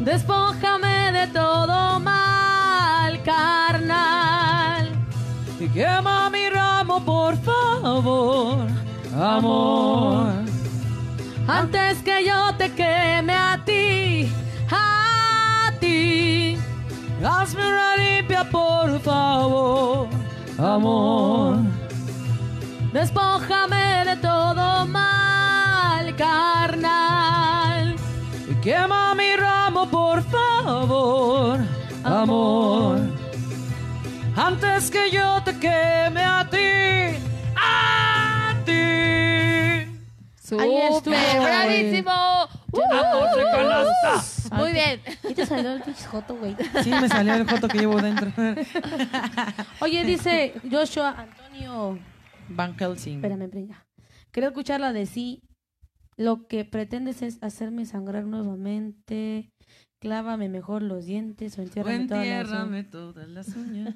Speaker 4: Despójame de todo mal, carnal.
Speaker 2: Y quema mi ramo, por favor. Amor.
Speaker 4: Antes que yo te queme a ti, a ti.
Speaker 2: Hazme una limpia, por favor. Amor.
Speaker 4: Despójame de todo mal, carnal.
Speaker 2: Y quema mi ramo, por favor, amor. Antes que yo te queme a ti, a ti.
Speaker 4: Ahí estuvo.
Speaker 3: ¡Súper! ¡Bravísimo! ¡Uh! Muy bien.
Speaker 4: ¿Y te salió el pinche joto, güey?
Speaker 2: Sí, me salió el foto que llevo dentro.
Speaker 4: Oye, dice Joshua Antonio.
Speaker 2: *laughs* Van Helsing.
Speaker 4: Espérame, brinca. Quiero escuchar la de sí. Lo que pretendes es hacerme sangrar nuevamente. Clávame mejor los dientes o entiérrame toda la razón.
Speaker 2: Entiérrame todas las uñas.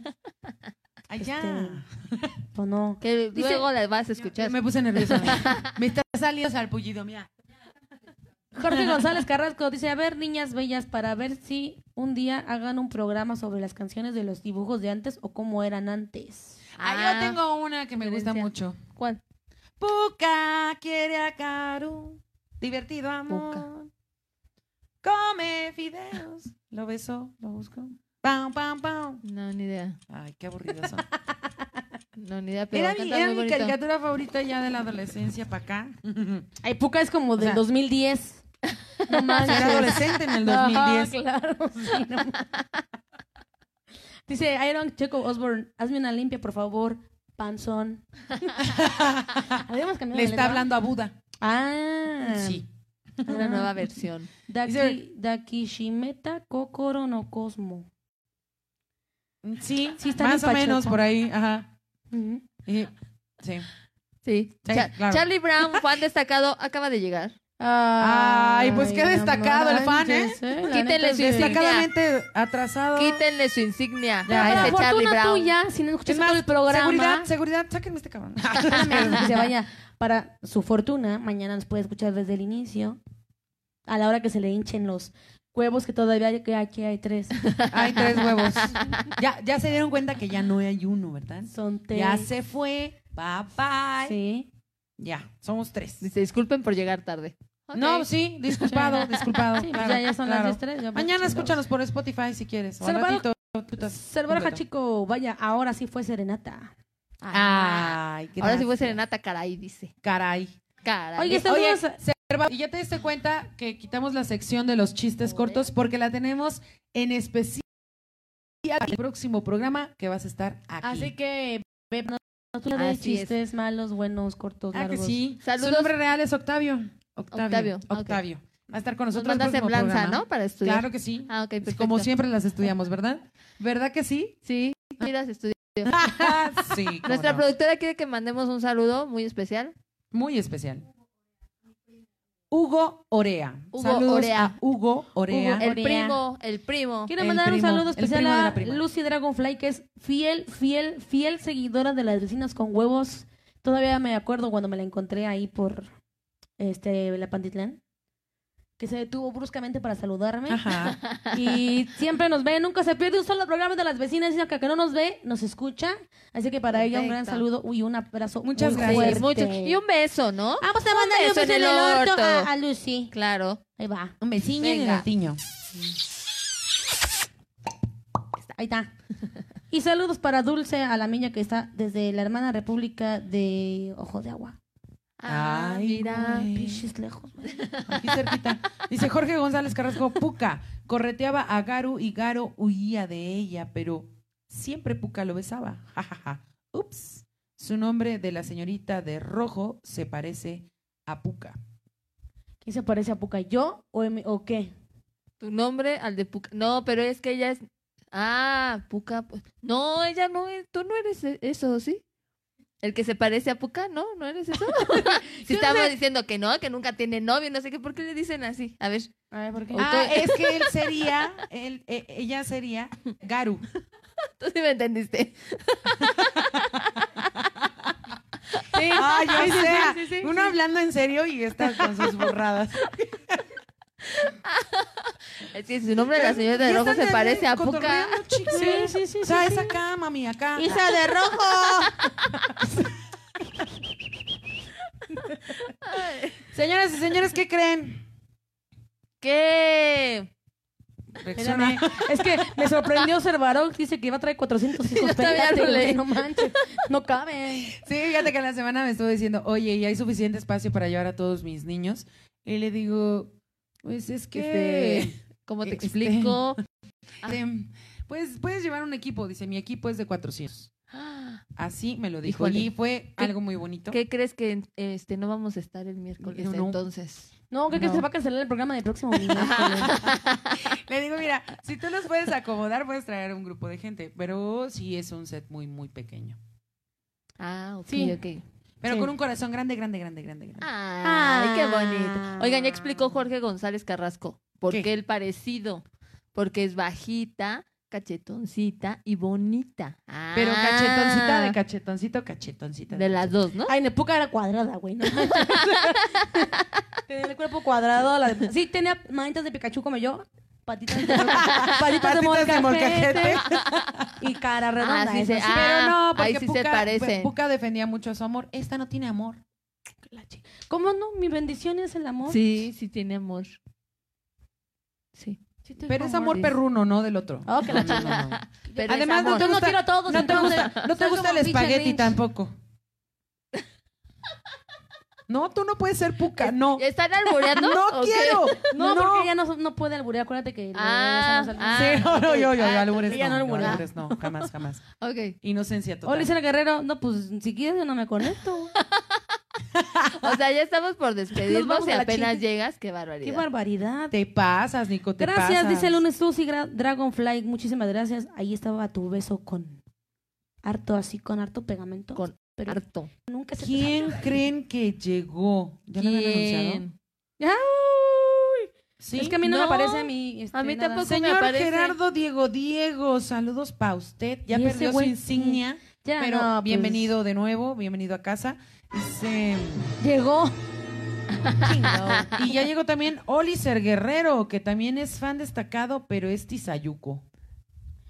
Speaker 4: Allá. O no.
Speaker 3: Que
Speaker 4: Dice-
Speaker 3: luego las vas a escuchar.
Speaker 2: Me puse nerviosa. Me está saliendo sarpullido, mira.
Speaker 4: Jorge González Carrasco dice, a ver, niñas bellas, para ver si un día hagan un programa sobre las canciones de los dibujos de antes o cómo eran antes.
Speaker 2: Ah,
Speaker 3: Ah.
Speaker 2: yo tengo una que me gusta
Speaker 3: Referencia.
Speaker 2: mucho.
Speaker 4: ¿Cuál?
Speaker 2: Puca quiere a Karu. Divertido amor. Come fideos. Lo beso, lo busco. Pam, pam, pam.
Speaker 3: No, ni idea.
Speaker 2: Ay, qué
Speaker 4: *laughs*
Speaker 2: aburrido son.
Speaker 3: No, ni idea, pero
Speaker 2: era mi,
Speaker 3: canta
Speaker 2: era
Speaker 3: muy
Speaker 2: mi
Speaker 3: bonito.
Speaker 2: caricatura favorita ya de la adolescencia
Speaker 4: *laughs*
Speaker 2: para acá.
Speaker 4: Ay, Puca es como del
Speaker 2: sea,
Speaker 4: 2010. *laughs* No
Speaker 2: Era
Speaker 4: manches.
Speaker 2: adolescente en el
Speaker 4: Ah, Ajá,
Speaker 2: 2010.
Speaker 4: claro, *laughs* sí, no ma- Dice Iron Checo Osborne, hazme una limpia, por favor, panzón. Habíamos cambiado
Speaker 2: Le
Speaker 4: de letra.
Speaker 2: está hablando a Buda.
Speaker 4: Ah.
Speaker 2: Sí.
Speaker 3: Una nueva versión.
Speaker 4: Daki,
Speaker 2: Dice-
Speaker 4: Dakishimeta Kokoro no Cosmo.
Speaker 2: Sí,
Speaker 4: Sí, está
Speaker 2: más o
Speaker 4: bien
Speaker 2: menos
Speaker 4: pacheco.
Speaker 2: por ahí. Ajá.
Speaker 4: Ujú.
Speaker 2: Y- sí.
Speaker 3: Sí.
Speaker 2: Sí,
Speaker 3: Cha-
Speaker 2: claro.
Speaker 3: Charlie Brown, fan destacado, acaba de llegar.
Speaker 2: Ay, pues qué
Speaker 4: no
Speaker 2: destacado el fan,
Speaker 4: manches, La
Speaker 3: Quítenle
Speaker 4: neta es
Speaker 3: su
Speaker 4: de-
Speaker 3: insignia.
Speaker 2: Destacadamente atrasado.
Speaker 3: Quítenle su insignia
Speaker 4: Pero
Speaker 3: a
Speaker 4: para
Speaker 3: ese Charlie
Speaker 4: fortuna
Speaker 3: Brown.
Speaker 4: tuya, si no
Speaker 2: Es
Speaker 4: escuchaste
Speaker 2: más,
Speaker 4: todo el programa,
Speaker 2: seguridad, seguridad, sáquenme este
Speaker 4: *laughs*
Speaker 2: cabrón.
Speaker 4: espérame, que se vaya. Para su fortuna, mañana nos puede escuchar desde el inicio, a la hora que se le hinchen los huevos, que todavía hay- que aquí hay tres.
Speaker 2: Hay tres
Speaker 4: *laughs*
Speaker 2: huevos. Ya, ya se dieron cuenta que ya no hay uno, ¿verdad?
Speaker 4: Son tres.
Speaker 2: *laughs* Ya se fue. Bye bye.
Speaker 4: Sí.
Speaker 2: Ya, somos tres.
Speaker 3: Dice, disculpen por llegar tarde. pues,
Speaker 2: No,
Speaker 3: Ok.
Speaker 2: sí, disculpado, disculpado.
Speaker 4: *laughs* Sí, pues
Speaker 2: Ah, claro,
Speaker 4: ya, ya son
Speaker 2: claro.
Speaker 4: las 10, ya, pues,
Speaker 2: Mañana
Speaker 4: chingados.
Speaker 2: escúchanos por Spotify si quieres. O al
Speaker 4: Salvador-
Speaker 2: ratito, putas,
Speaker 4: Salvador
Speaker 2: completo.
Speaker 4: Hachico, vaya, ahora sí fue serenata.
Speaker 2: Ah,
Speaker 4: Ah.
Speaker 2: Ay, gracias.
Speaker 3: ah, Ahora sí fue Serenata Caray, dice.
Speaker 2: Caray. Eh,
Speaker 3: Caray.
Speaker 4: Oye,
Speaker 2: Oye,
Speaker 4: saludos. a-
Speaker 2: Serva- ¿y ya te diste cuenta que quitamos la sección de los chistes cortos? Porque la tenemos en especial el próximo programa que vas a estar aquí.
Speaker 4: Así que, ve, no, no tú de
Speaker 3: Así es.
Speaker 4: chistes malos, buenos, cortos,
Speaker 2: Ah, que
Speaker 4: largos.
Speaker 2: sí.
Speaker 3: Saludos.
Speaker 2: Su nombre real es Octavio. Octavio.
Speaker 3: Octavio,
Speaker 2: Octavio.
Speaker 3: ok.
Speaker 2: Va a estar con
Speaker 3: Nos
Speaker 2: nosotros. el
Speaker 3: manda
Speaker 2: próximo
Speaker 3: semblanza,
Speaker 2: programa.
Speaker 3: ¿no? Para estudiar.
Speaker 2: Claro que sí.
Speaker 3: Ah, ok, perfecto.
Speaker 2: Como siempre las estudiamos, ¿verdad? ¿Verdad
Speaker 3: *laughs*
Speaker 2: que sí? Ah,
Speaker 3: Sí, miras, estudia.
Speaker 2: sí. cómo
Speaker 3: Nuestra
Speaker 2: no.
Speaker 3: productora quiere que mandemos un saludo muy especial.
Speaker 2: Muy especial. Hugo Orea.
Speaker 3: Hugo
Speaker 2: Saludos
Speaker 3: Orea.
Speaker 2: a Hugo Orea.
Speaker 3: El
Speaker 4: Orea.
Speaker 3: primo, el primo.
Speaker 4: Quiero
Speaker 2: El
Speaker 4: mandar
Speaker 2: primo,
Speaker 4: un saludo
Speaker 2: el
Speaker 4: especial
Speaker 2: primo de la
Speaker 4: a
Speaker 2: prima.
Speaker 4: Lucy Dragonfly, que es fiel, fiel, fiel seguidora de las vecinas con huevos. Todavía me acuerdo cuando me la encontré ahí por este la Pantitlán, que se detuvo bruscamente para saludarme.
Speaker 3: *laughs*
Speaker 2: Ajá.
Speaker 4: Y siempre nos ve, nunca se pierde un solo programa de las vecinas, sino que a que no nos ve, nos escucha. Así que para ella un gran
Speaker 3: Perfecto.
Speaker 4: saludo y un abrazo.
Speaker 2: Muchas
Speaker 3: Sí,
Speaker 4: muy
Speaker 2: gracias.
Speaker 4: fuerte. Ah.
Speaker 3: mucho. Y un beso, ¿no?
Speaker 4: Vamos a
Speaker 3: un
Speaker 4: mandarle un
Speaker 3: beso
Speaker 4: beso
Speaker 3: en
Speaker 4: en el
Speaker 3: el
Speaker 4: orto
Speaker 3: orto.
Speaker 4: a, a Lucy.
Speaker 3: Claro.
Speaker 4: Ahí va.
Speaker 2: Un vecino y un
Speaker 3: Venga.
Speaker 2: latiño.
Speaker 4: Ahí está. Y saludos para Dulce, a la niña que está desde la hermana república de Ojo de Agua.
Speaker 3: Ah,
Speaker 2: Ay,
Speaker 3: mira.
Speaker 2: güey.
Speaker 4: Piches lejos. güey.
Speaker 2: Aquí cerquita. Dice Jorge González Carrasco, Puca correteaba a Garu y Garu huía de ella, pero siempre Puca lo besaba. Ja, ja, ja. Ups. Su nombre de la señorita de rojo se parece a Puca.
Speaker 4: ¿Quién se parece a Puca? ¿Yo o, em- o qué?
Speaker 3: Tu nombre al de Puca. No, pero es que ella es. Ah, Puca. pues- No, ella no es. Tú no eres e- eso, ¿sí? El que se parece a Puca, ¿no? ¿No eres
Speaker 2: *laughs*
Speaker 3: eso? *laughs* si estamos diciendo que no, que nunca tiene novio, no sé qué, ¿por qué le dicen así? A ver. *laughs*
Speaker 4: A ver, ¿por qué?
Speaker 2: Ah,
Speaker 3: eh.
Speaker 2: es que él sería, él, e- ella sería Garu.
Speaker 3: Tú sí me entendiste.
Speaker 2: Ay, o sea,
Speaker 3: sí, sí,
Speaker 2: uno hablando en serio y está con sus borradas.
Speaker 3: Es que su nombre de la señora de
Speaker 2: Ya
Speaker 3: rojo
Speaker 2: están
Speaker 3: se
Speaker 2: de-
Speaker 3: parece a Puca. *laughs*
Speaker 2: cotorreando, chicos.
Speaker 4: Sí, sí, sí,
Speaker 2: O sea, es acá, mami, acá.
Speaker 4: Isa de rojo.
Speaker 2: *laughs* Señoras y señores, ¿qué creen?
Speaker 3: ¿Qué?
Speaker 2: Reacciona.
Speaker 4: *laughs* Es que me sorprendió Cervaró. Dice que iba a traer 400 hijos.
Speaker 3: Yo todavía
Speaker 4: Espérate,
Speaker 3: lo leí.
Speaker 4: güey, No manches. No caben.
Speaker 2: Sí, fíjate que en la semana me estuvo diciendo, oye, ¿y hay suficiente espacio para llevar a todos mis niños? Y le digo, pues es que...
Speaker 3: Este, ah. ¿Cómo te
Speaker 2: Este. *laughs*
Speaker 3: explico? *gasps*
Speaker 2: este, pues puedes llevar un equipo. Dice, mi equipo es de 400. Así me lo dijo.
Speaker 3: Híjole. Eh,
Speaker 2: Y fue algo muy bonito.
Speaker 3: ¿Qué crees que este no vamos a estar el miércoles
Speaker 2: No, no.
Speaker 3: entonces?
Speaker 4: No, creo que
Speaker 2: No.
Speaker 4: se va a cancelar el programa del próximo miércoles.
Speaker 2: Le digo, mira, si tú los puedes acomodar, puedes traer un grupo de gente. Pero sí es un set muy, muy pequeño.
Speaker 3: Ah, ok,
Speaker 4: Sí.
Speaker 3: ok.
Speaker 2: Pero
Speaker 4: Sí.
Speaker 2: con un corazón grande, grande, grande, grande. grande.
Speaker 3: Ay, qué bonito. Oigan, ya explicó Jorge González Carrasco por
Speaker 2: ¿Qué?
Speaker 3: qué el parecido. Porque es bajita, cachetoncita y bonita.
Speaker 2: Pero cachetoncita de
Speaker 3: cachetoncita
Speaker 2: cachetoncito, cachetoncita.
Speaker 3: Ah. de las dos, ¿no?
Speaker 4: Ay, Nepuca era cuadrada, güey. No manches. *laughs* tenía el cuerpo cuadrado. la de- Sí, tenía manitas de Pikachu como yo. Patitas de,
Speaker 2: *laughs*
Speaker 4: patitas de
Speaker 2: Patitas
Speaker 4: molcajete Y cara redonda.
Speaker 3: Ah, sí,
Speaker 4: eso
Speaker 3: sí.
Speaker 4: sí.
Speaker 3: Ah,
Speaker 2: *laughs* Pero no, porque
Speaker 3: ahí sí se
Speaker 2: Puka,
Speaker 3: parecen.
Speaker 2: Puka defendía mucho su amor. Esta no tiene amor.
Speaker 4: La chi- ¿Cómo no? Mi bendición es el amor.
Speaker 3: Sí, sí tiene amor. Sí.
Speaker 4: Sí tengo
Speaker 2: Pero es amor
Speaker 3: sí.
Speaker 2: perruno, no del otro.
Speaker 4: Oh, que la chi-
Speaker 3: Pero
Speaker 2: Además,
Speaker 3: es
Speaker 2: *laughs* no
Speaker 3: amor.
Speaker 2: te
Speaker 4: Yo no
Speaker 2: gusta-
Speaker 4: quiero a todos.
Speaker 2: No te
Speaker 4: entonces,
Speaker 2: gusta, no te
Speaker 4: soy
Speaker 2: gusta el
Speaker 4: como Fisher
Speaker 2: espagueti
Speaker 4: Lynch.
Speaker 2: tampoco. No, tú no puedes ser Puka, no.
Speaker 3: ¿Están alboreando?
Speaker 2: *laughs* No
Speaker 3: ¿O qué?
Speaker 2: quiero.
Speaker 4: No, porque ella no, no puede alburear. Acuérdate que...
Speaker 3: Ah,
Speaker 4: le-
Speaker 3: ah.
Speaker 2: Sí, *laughs* no, no,
Speaker 3: ok.
Speaker 2: yo, yo, yo,
Speaker 3: Ah,
Speaker 2: albures
Speaker 4: ella
Speaker 2: no,
Speaker 4: no
Speaker 2: yo
Speaker 4: albura.
Speaker 2: albures no, jamás, jamás.
Speaker 3: Ok.
Speaker 2: Inocencia total.
Speaker 4: Hola, Isela Guerrero. No, pues, si quieres yo no me
Speaker 2: *laughs*
Speaker 4: conecto.
Speaker 3: O sea, ya estamos por despedirnos
Speaker 4: vamos
Speaker 3: y
Speaker 4: a la
Speaker 3: apenas
Speaker 4: chiqui.
Speaker 3: llegas. Qué barbaridad.
Speaker 4: Qué barbaridad.
Speaker 2: Te pasas, Nico, te
Speaker 4: gracias,
Speaker 2: pasas.
Speaker 4: dice Lunes Lucy Gra- Dragonfly. Muchísimas gracias. Ahí estaba tu beso con harto así, con harto pegamento.
Speaker 3: Con
Speaker 4: pero
Speaker 3: Harto.
Speaker 4: nunca se te *laughs*
Speaker 2: ¿Quién
Speaker 4: salió.
Speaker 2: creen que llegó? ¿Ya lo habían anunciado?
Speaker 3: ¿Quién?
Speaker 4: ¡Ay!
Speaker 2: Sí.
Speaker 4: Es que a mí no, me
Speaker 3: No,
Speaker 4: aparece mi. este,
Speaker 3: a mí
Speaker 4: nada.
Speaker 3: tampoco. me
Speaker 2: Señor
Speaker 3: aparece.
Speaker 2: Gerardo Diego Diego, saludos para usted. Ya
Speaker 4: ¿Y ese
Speaker 2: perdió su
Speaker 4: güey?
Speaker 2: insignia,
Speaker 4: Ya,
Speaker 2: pero
Speaker 4: no, pues,
Speaker 2: bienvenido de nuevo, bienvenido a casa. Dice,
Speaker 4: Llegó.
Speaker 2: y ya llegó también Oliver Guerrero, que también es fan destacado, pero es tizayuco.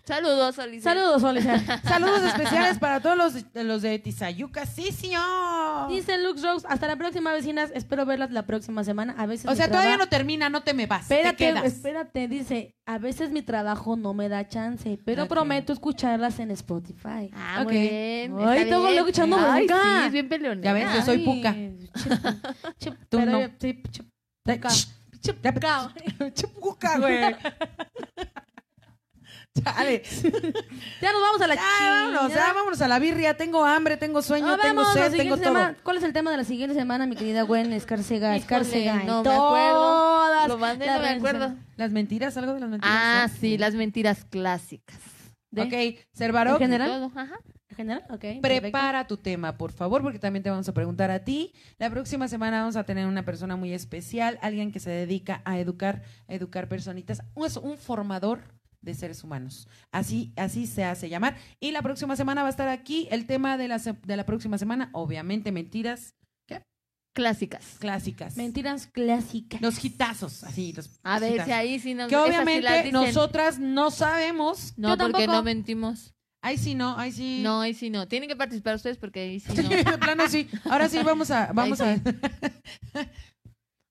Speaker 3: Saludos, Alicia.
Speaker 4: Saludos,
Speaker 2: *laughs*
Speaker 4: Olisa.
Speaker 2: Saludos especiales para todos los, de- los de Tizayuca, sí, señor.
Speaker 4: Dice Lux Rose. Hasta la próxima, vecinas. Espero verlas la próxima semana. A veces.
Speaker 2: O
Speaker 4: mi
Speaker 2: sea, todavía
Speaker 4: traba-
Speaker 2: no termina, no te me vas. te
Speaker 4: Espérate,
Speaker 2: quedas.
Speaker 4: espérate, dice, a veces mi trabajo no me da chance, pero
Speaker 2: Ok.
Speaker 4: prometo escucharlas en Spotify.
Speaker 3: Ah,
Speaker 2: Ok.
Speaker 3: muy bien.
Speaker 4: Ay,
Speaker 3: está
Speaker 4: todo
Speaker 3: bien.
Speaker 4: lo echando
Speaker 3: Ay,
Speaker 4: bronca.
Speaker 3: sí, es bien peleonera.
Speaker 2: Ya ves, yo soy
Speaker 4: Ay,
Speaker 2: puca.
Speaker 4: che-
Speaker 2: *laughs*
Speaker 4: che-
Speaker 2: Tú
Speaker 4: pero-
Speaker 2: no.
Speaker 4: sí, che-
Speaker 2: Te-
Speaker 4: puca.
Speaker 2: Shh,
Speaker 4: che- puca.
Speaker 2: Chupuca, güey. *laughs* Chale.
Speaker 4: Ya nos vamos a la
Speaker 2: Ya, vámonos, ya,
Speaker 4: chingada.
Speaker 2: vámonos a la birria. Tengo hambre, tengo sueño,
Speaker 4: No,
Speaker 2: tengo
Speaker 4: Ah, vámonos, la
Speaker 2: sed, tengo
Speaker 4: siguiente
Speaker 2: todo.
Speaker 4: semana. ¿Cuál es el tema de la siguiente semana, mi querida Gwen Escarcega?
Speaker 3: Híjole,
Speaker 4: Escarcega. y
Speaker 3: no me
Speaker 4: todas
Speaker 3: acuerdo.
Speaker 4: mentiras.
Speaker 3: Lo mandé,
Speaker 4: la
Speaker 3: no me acuerdo.
Speaker 4: realización
Speaker 2: Las mentiras, algo de las mentiras.
Speaker 3: Ah,
Speaker 2: ¿no?
Speaker 3: sí, las mentiras clásicas.
Speaker 4: de-
Speaker 2: Ok, Cervaró,
Speaker 4: ¿En general?
Speaker 3: Todo, ajá.
Speaker 4: ¿En general? Ok. perfecto.
Speaker 2: prepara tu tema, por favor, porque también te vamos a preguntar a ti. La próxima semana vamos a tener una persona muy especial, alguien que se dedica a educar, a educar personitas, es un formador de seres humanos. Así, así se hace llamar. Y la próxima semana va a estar aquí el tema de la, se- de la próxima semana, obviamente mentiras
Speaker 3: Clásicas.
Speaker 2: clásicas.
Speaker 4: Mentiras clásicas.
Speaker 2: Los hitazos, así. los-
Speaker 3: A
Speaker 2: los
Speaker 3: ver si
Speaker 2: hitazos.
Speaker 3: ahí sí nos
Speaker 2: Que
Speaker 3: esas sí las
Speaker 2: obviamente
Speaker 3: dicen.
Speaker 2: nosotras no sabemos.
Speaker 3: No,
Speaker 4: Yo
Speaker 3: porque
Speaker 4: tampoco.
Speaker 3: no mentimos.
Speaker 2: Ahí sí no, ahí sí. *laughs*
Speaker 3: No, ahí sí no. Tienen que participar ustedes porque ahí sí no.
Speaker 2: De plano sí. Ahora sí vamos a vamos a
Speaker 3: Ahí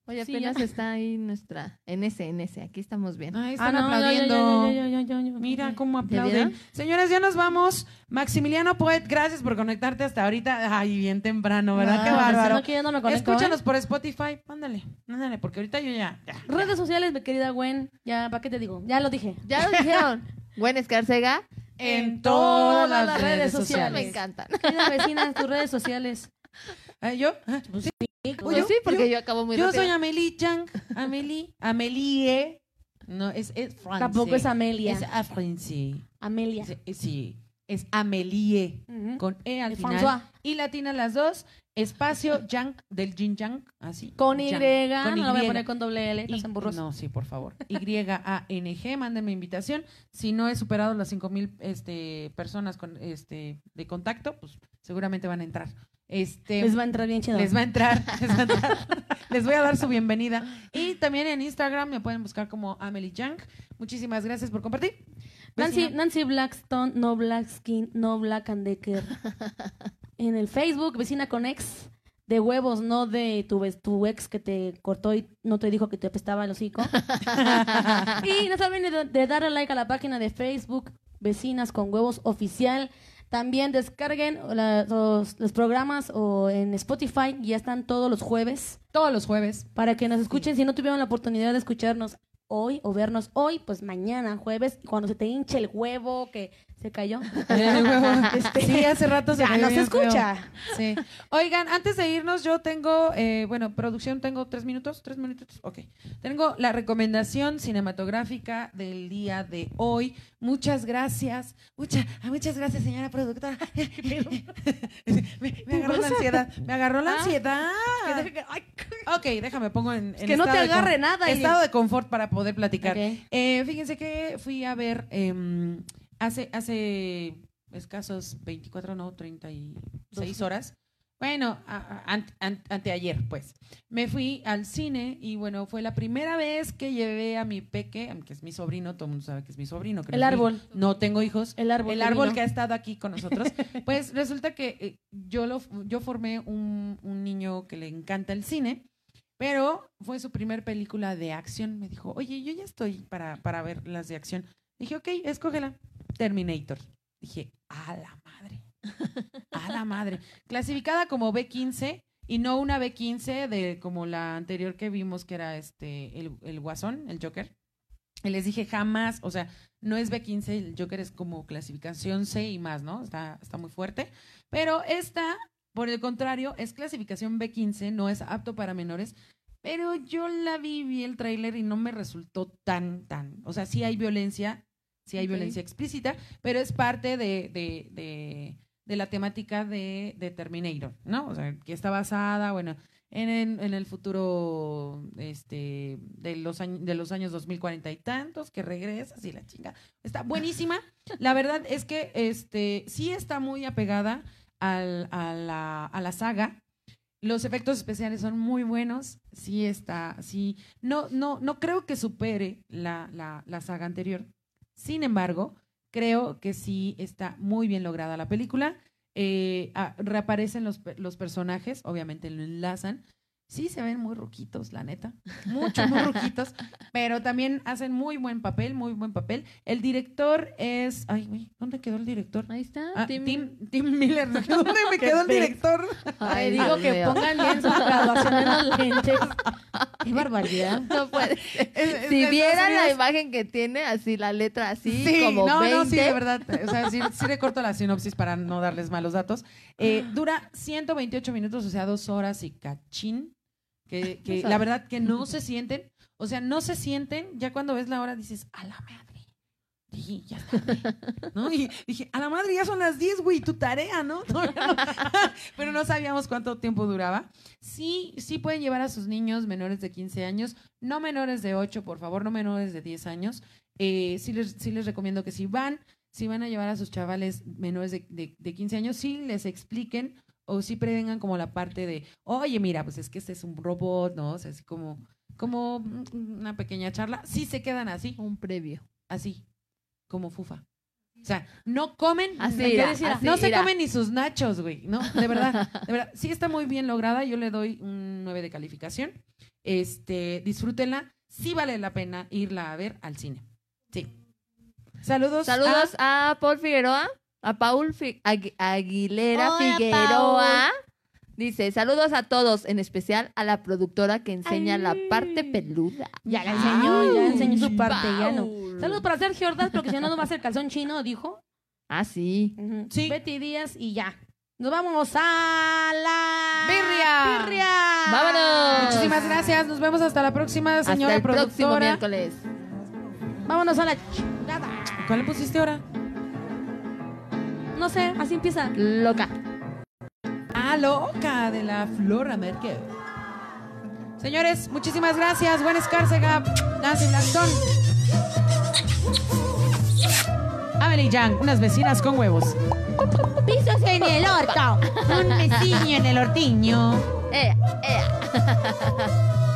Speaker 3: Oye,
Speaker 4: Sí, ya.
Speaker 3: apenas está ahí nuestra NS, NS. Aquí estamos bien.
Speaker 2: Ahí
Speaker 4: Ah,
Speaker 2: están
Speaker 4: no, no, yo,
Speaker 2: aplaudiendo.
Speaker 4: yo, yo, yo, yo, yo.
Speaker 2: Mira cómo
Speaker 3: ¿Ya
Speaker 2: aplauden. Señoras, ya nos vamos. Maximiliano Poet, gracias por conectarte hasta ahorita. Ay, bien temprano, ¿verdad?
Speaker 4: Ah,
Speaker 2: Qué
Speaker 4: pues,
Speaker 2: bárbaro.
Speaker 4: no, que yo no me conecto,
Speaker 2: Escúchanos por Spotify. Ándale, ándale, porque ahorita yo ya. ya.
Speaker 4: ¿eh? Redes sociales, mi querida Gwen. Ya, ¿para qué te digo? Ya lo dije.
Speaker 3: Ya lo
Speaker 2: *laughs*
Speaker 3: dijeron. Buen Escarcega.
Speaker 2: En todas las,
Speaker 4: las
Speaker 2: redes
Speaker 4: redes
Speaker 3: Ya me
Speaker 2: sociales.
Speaker 3: encantan.
Speaker 2: *laughs*
Speaker 4: Mira, vecina, tus redes sociales.
Speaker 2: Ah, ¿Yo? Ah, sí.
Speaker 3: Pues sí, porque yo acabo muy
Speaker 2: Yo
Speaker 3: rápido.
Speaker 2: soy Amelie Chang. Amelie. Amelie. No, es, es francés.
Speaker 4: Tampoco es Amelia.
Speaker 2: Es a francés.
Speaker 4: Amelia.
Speaker 2: Sí, sí, es Amelie.
Speaker 4: Ujú.
Speaker 2: Con E al
Speaker 4: Es
Speaker 2: final.
Speaker 4: François.
Speaker 2: Y latina las dos. Espacio *laughs* Yang del Jin Yang. Así.
Speaker 4: Con Y,
Speaker 2: yang,
Speaker 4: no lo voy a poner con doble L,
Speaker 2: Y-
Speaker 4: estás emburroso.
Speaker 2: no, sí, por favor. Y-A-N-G, mándenme invitación. Si no he superado las 5000 este, personas con, este, de contacto, pues seguramente van a entrar. Este,
Speaker 4: Les va a entrar bien chido.
Speaker 2: les va a entrar, *laughs* les va a entrar. Les voy a dar su bienvenida. Y también en Instagram me pueden buscar como Amelie Yang. Muchísimas gracias por compartir.
Speaker 4: Nancy,
Speaker 2: Vecina-
Speaker 4: Nancy Blackstone, no Blackskin, no Black and Decker. en el Facebook, vecina con ex. De huevos, no de tu, ves- tu ex que te cortó y no te dijo que te apestaba el hocico. *laughs* y no se olviden de, de darle like a la página de Facebook, Vecinas con Huevos Oficial. También descarguen la- los, los programas o en Spotify, ya están todos los jueves.
Speaker 2: Todos los jueves. *laughs*
Speaker 4: Para que nos escuchen, si no tuvieron la oportunidad de escucharnos hoy o vernos hoy, pues mañana, jueves, y cuando se te hinche el huevo que se
Speaker 2: *laughs*
Speaker 4: cayó. *laughs* Este,
Speaker 2: sí, hace rato se
Speaker 4: ya
Speaker 2: me
Speaker 4: no
Speaker 2: dio
Speaker 4: se
Speaker 2: bien feo.
Speaker 4: escucha.
Speaker 2: Sí. Oigan, antes de irnos, yo tengo, eh, bueno, producción, tengo tres minutos, tres minutos, ok. Tengo la recomendación cinematográfica del día de hoy. Muchas gracias. Mucha, ah, muchas gracias, señora
Speaker 4: *laughs*
Speaker 2: productora. *laughs* me, me agarró la ansiedad. Me agarró
Speaker 4: Ah.
Speaker 2: la ansiedad. Ok, déjame, pongo en, en
Speaker 4: que no te
Speaker 2: estado de
Speaker 4: agarre
Speaker 2: con-
Speaker 4: nada, Iris.
Speaker 2: Estado de confort para poder platicar.
Speaker 4: Ok.
Speaker 2: Eh, fíjense que fui a ver em, hace, hace escasos 24, no, 36 horas. Bueno, a- a- ant- ant- anteayer, pues. Me fui al cine y bueno, fue la primera vez que llevé a mi peque, que es mi sobrino, todo el mundo sabe que es mi sobrino. que no
Speaker 4: El
Speaker 2: es mi-
Speaker 4: árbol.
Speaker 2: No tengo hijos.
Speaker 4: El árbol.
Speaker 2: El árbol que
Speaker 4: divino.
Speaker 2: ha estado aquí con nosotros. Pues resulta que eh, yo, lo, yo formé un, un niño que le encanta el cine, pero fue su primer película de acción. Me dijo, oye, yo ya estoy para, para ver las de acción. Dije, ok, escógela. Terminator. Dije, a la madre. A la madre. Clasificada como B15 y no una B15 de como la anterior que vimos que era este el, el Guasón, el Joker. Y les dije, jamás, o sea, no es B15, el Joker es como clasificación C y más, ¿no? Está, está muy fuerte. Pero esta, por el contrario, es clasificación B15, no es apto para menores. Pero yo la vi, vi el tráiler y no me resultó tan, tan. O sea, sí hay violencia, sí hay
Speaker 3: Ok.
Speaker 2: violencia explícita, pero es parte de, de, de, de la temática de, de Terminator, ¿no? O sea, que está basada, bueno, en, en- en el futuro este, de, los años, de los años 2040 y tantos, que regresas y la chinga. Está buenísima. La verdad es que este, sí está muy apegada al- a, la, a la saga. Los efectos especiales son muy buenos. Sí está, sí. No, no, no creo que supere la, la, la saga anterior. Sin embargo, creo que sí está muy bien lograda la película. Eh, ah, reaparecen los, pe- los personajes, obviamente lo enlazan. Sí se ven muy ruquitos, la neta. Mucho, muy ruquitos. Pero también hacen muy buen papel, muy buen papel. El director es... Ay, güey, ¿dónde quedó el director?
Speaker 3: Ahí está.
Speaker 2: Ah,
Speaker 3: Tim-
Speaker 2: Tim, Tim Miller.
Speaker 4: *laughs*
Speaker 2: ¿Dónde me quedó el director?
Speaker 3: Ay,
Speaker 4: Te digo
Speaker 3: Dios
Speaker 4: que
Speaker 3: mío.
Speaker 4: pongan bien su graduación en los
Speaker 2: *laughs*
Speaker 4: lentes. Qué barbaridad.
Speaker 3: No puede ser.
Speaker 2: Es- *laughs* es de
Speaker 3: si vieran
Speaker 2: Estados
Speaker 3: la
Speaker 2: Unidos.
Speaker 3: imagen que tiene, así la letra así,
Speaker 2: Sí,
Speaker 3: como
Speaker 2: no,
Speaker 3: 20.
Speaker 2: no, sí, de verdad. O sea, sí, sí le corto la sinopsis para no darles malos datos. Eh, dura 128 minutos, o sea, dos horas y cachín. que, que la verdad que no se sienten, o sea, no se sienten, ya cuando ves la hora dices, a la madre. Sí, ya es tarde", ¿no? Y dije, a la madre, ya son las 10, güey, tu tarea, ¿no? *laughs* No, no. Pero no sabíamos cuánto tiempo duraba. Sí, sí pueden llevar a sus niños menores de 15 años, no menores de 8, por favor, no menores de 10 años. Eh, sí, les, sí les recomiendo que si van, si van a llevar a sus chavales menores de, de, de 15 años, sí les expliquen o sí prevengan como la parte de, oye, mira, pues es que este es un robot, ¿no? O sea, así como, como una pequeña charla. Sí se quedan así,
Speaker 3: Un previo.
Speaker 2: así, como fufa. O sea, no comen,
Speaker 3: Así
Speaker 2: ¿me
Speaker 3: era,
Speaker 2: quieres ir a-
Speaker 3: así
Speaker 2: no se
Speaker 3: era.
Speaker 2: comen ni sus nachos, güey. No, de verdad, de verdad. Sí está muy bien lograda, yo le doy un 9 de calificación. Este, disfrútenla, sí vale la pena irla a ver al cine. Sí. Saludos.
Speaker 3: Saludos a, Paul Figueroa, a Paul Fi- Agui- Aguilera
Speaker 8: Hola,
Speaker 3: Figueroa. Dice, saludos a todos, en especial a la productora que enseña la parte peluda.
Speaker 4: Ya la enseñó, ya enseñó su parte, ya no.
Speaker 3: Paul.
Speaker 4: Saludos para Sergio Ordaz, porque si no, no va a ser calzón chino, dijo.
Speaker 3: Ah, sí.
Speaker 2: Sí.
Speaker 4: Betty Díaz y ya. Nos vamos a la...
Speaker 2: Birria.
Speaker 4: ¡Birria!
Speaker 3: ¡Vámonos!
Speaker 2: Muchísimas gracias. Nos vemos hasta la próxima,
Speaker 3: Hasta
Speaker 2: señora
Speaker 3: el próximo
Speaker 2: productora.
Speaker 3: miércoles.
Speaker 4: Vámonos a la chingada.
Speaker 2: ¿Cuál le pusiste ahora?
Speaker 4: No sé, así empieza.
Speaker 3: Loca.
Speaker 2: Ah, loca de la Flora Merkel. Señores, muchísimas gracias. Buen Escárcega, Nancy Blackstone. Amelie Yang, unas vecinas con huevos.
Speaker 8: Pisos en el orto.
Speaker 2: Un vecino en el ortiño.
Speaker 3: Eh, eh.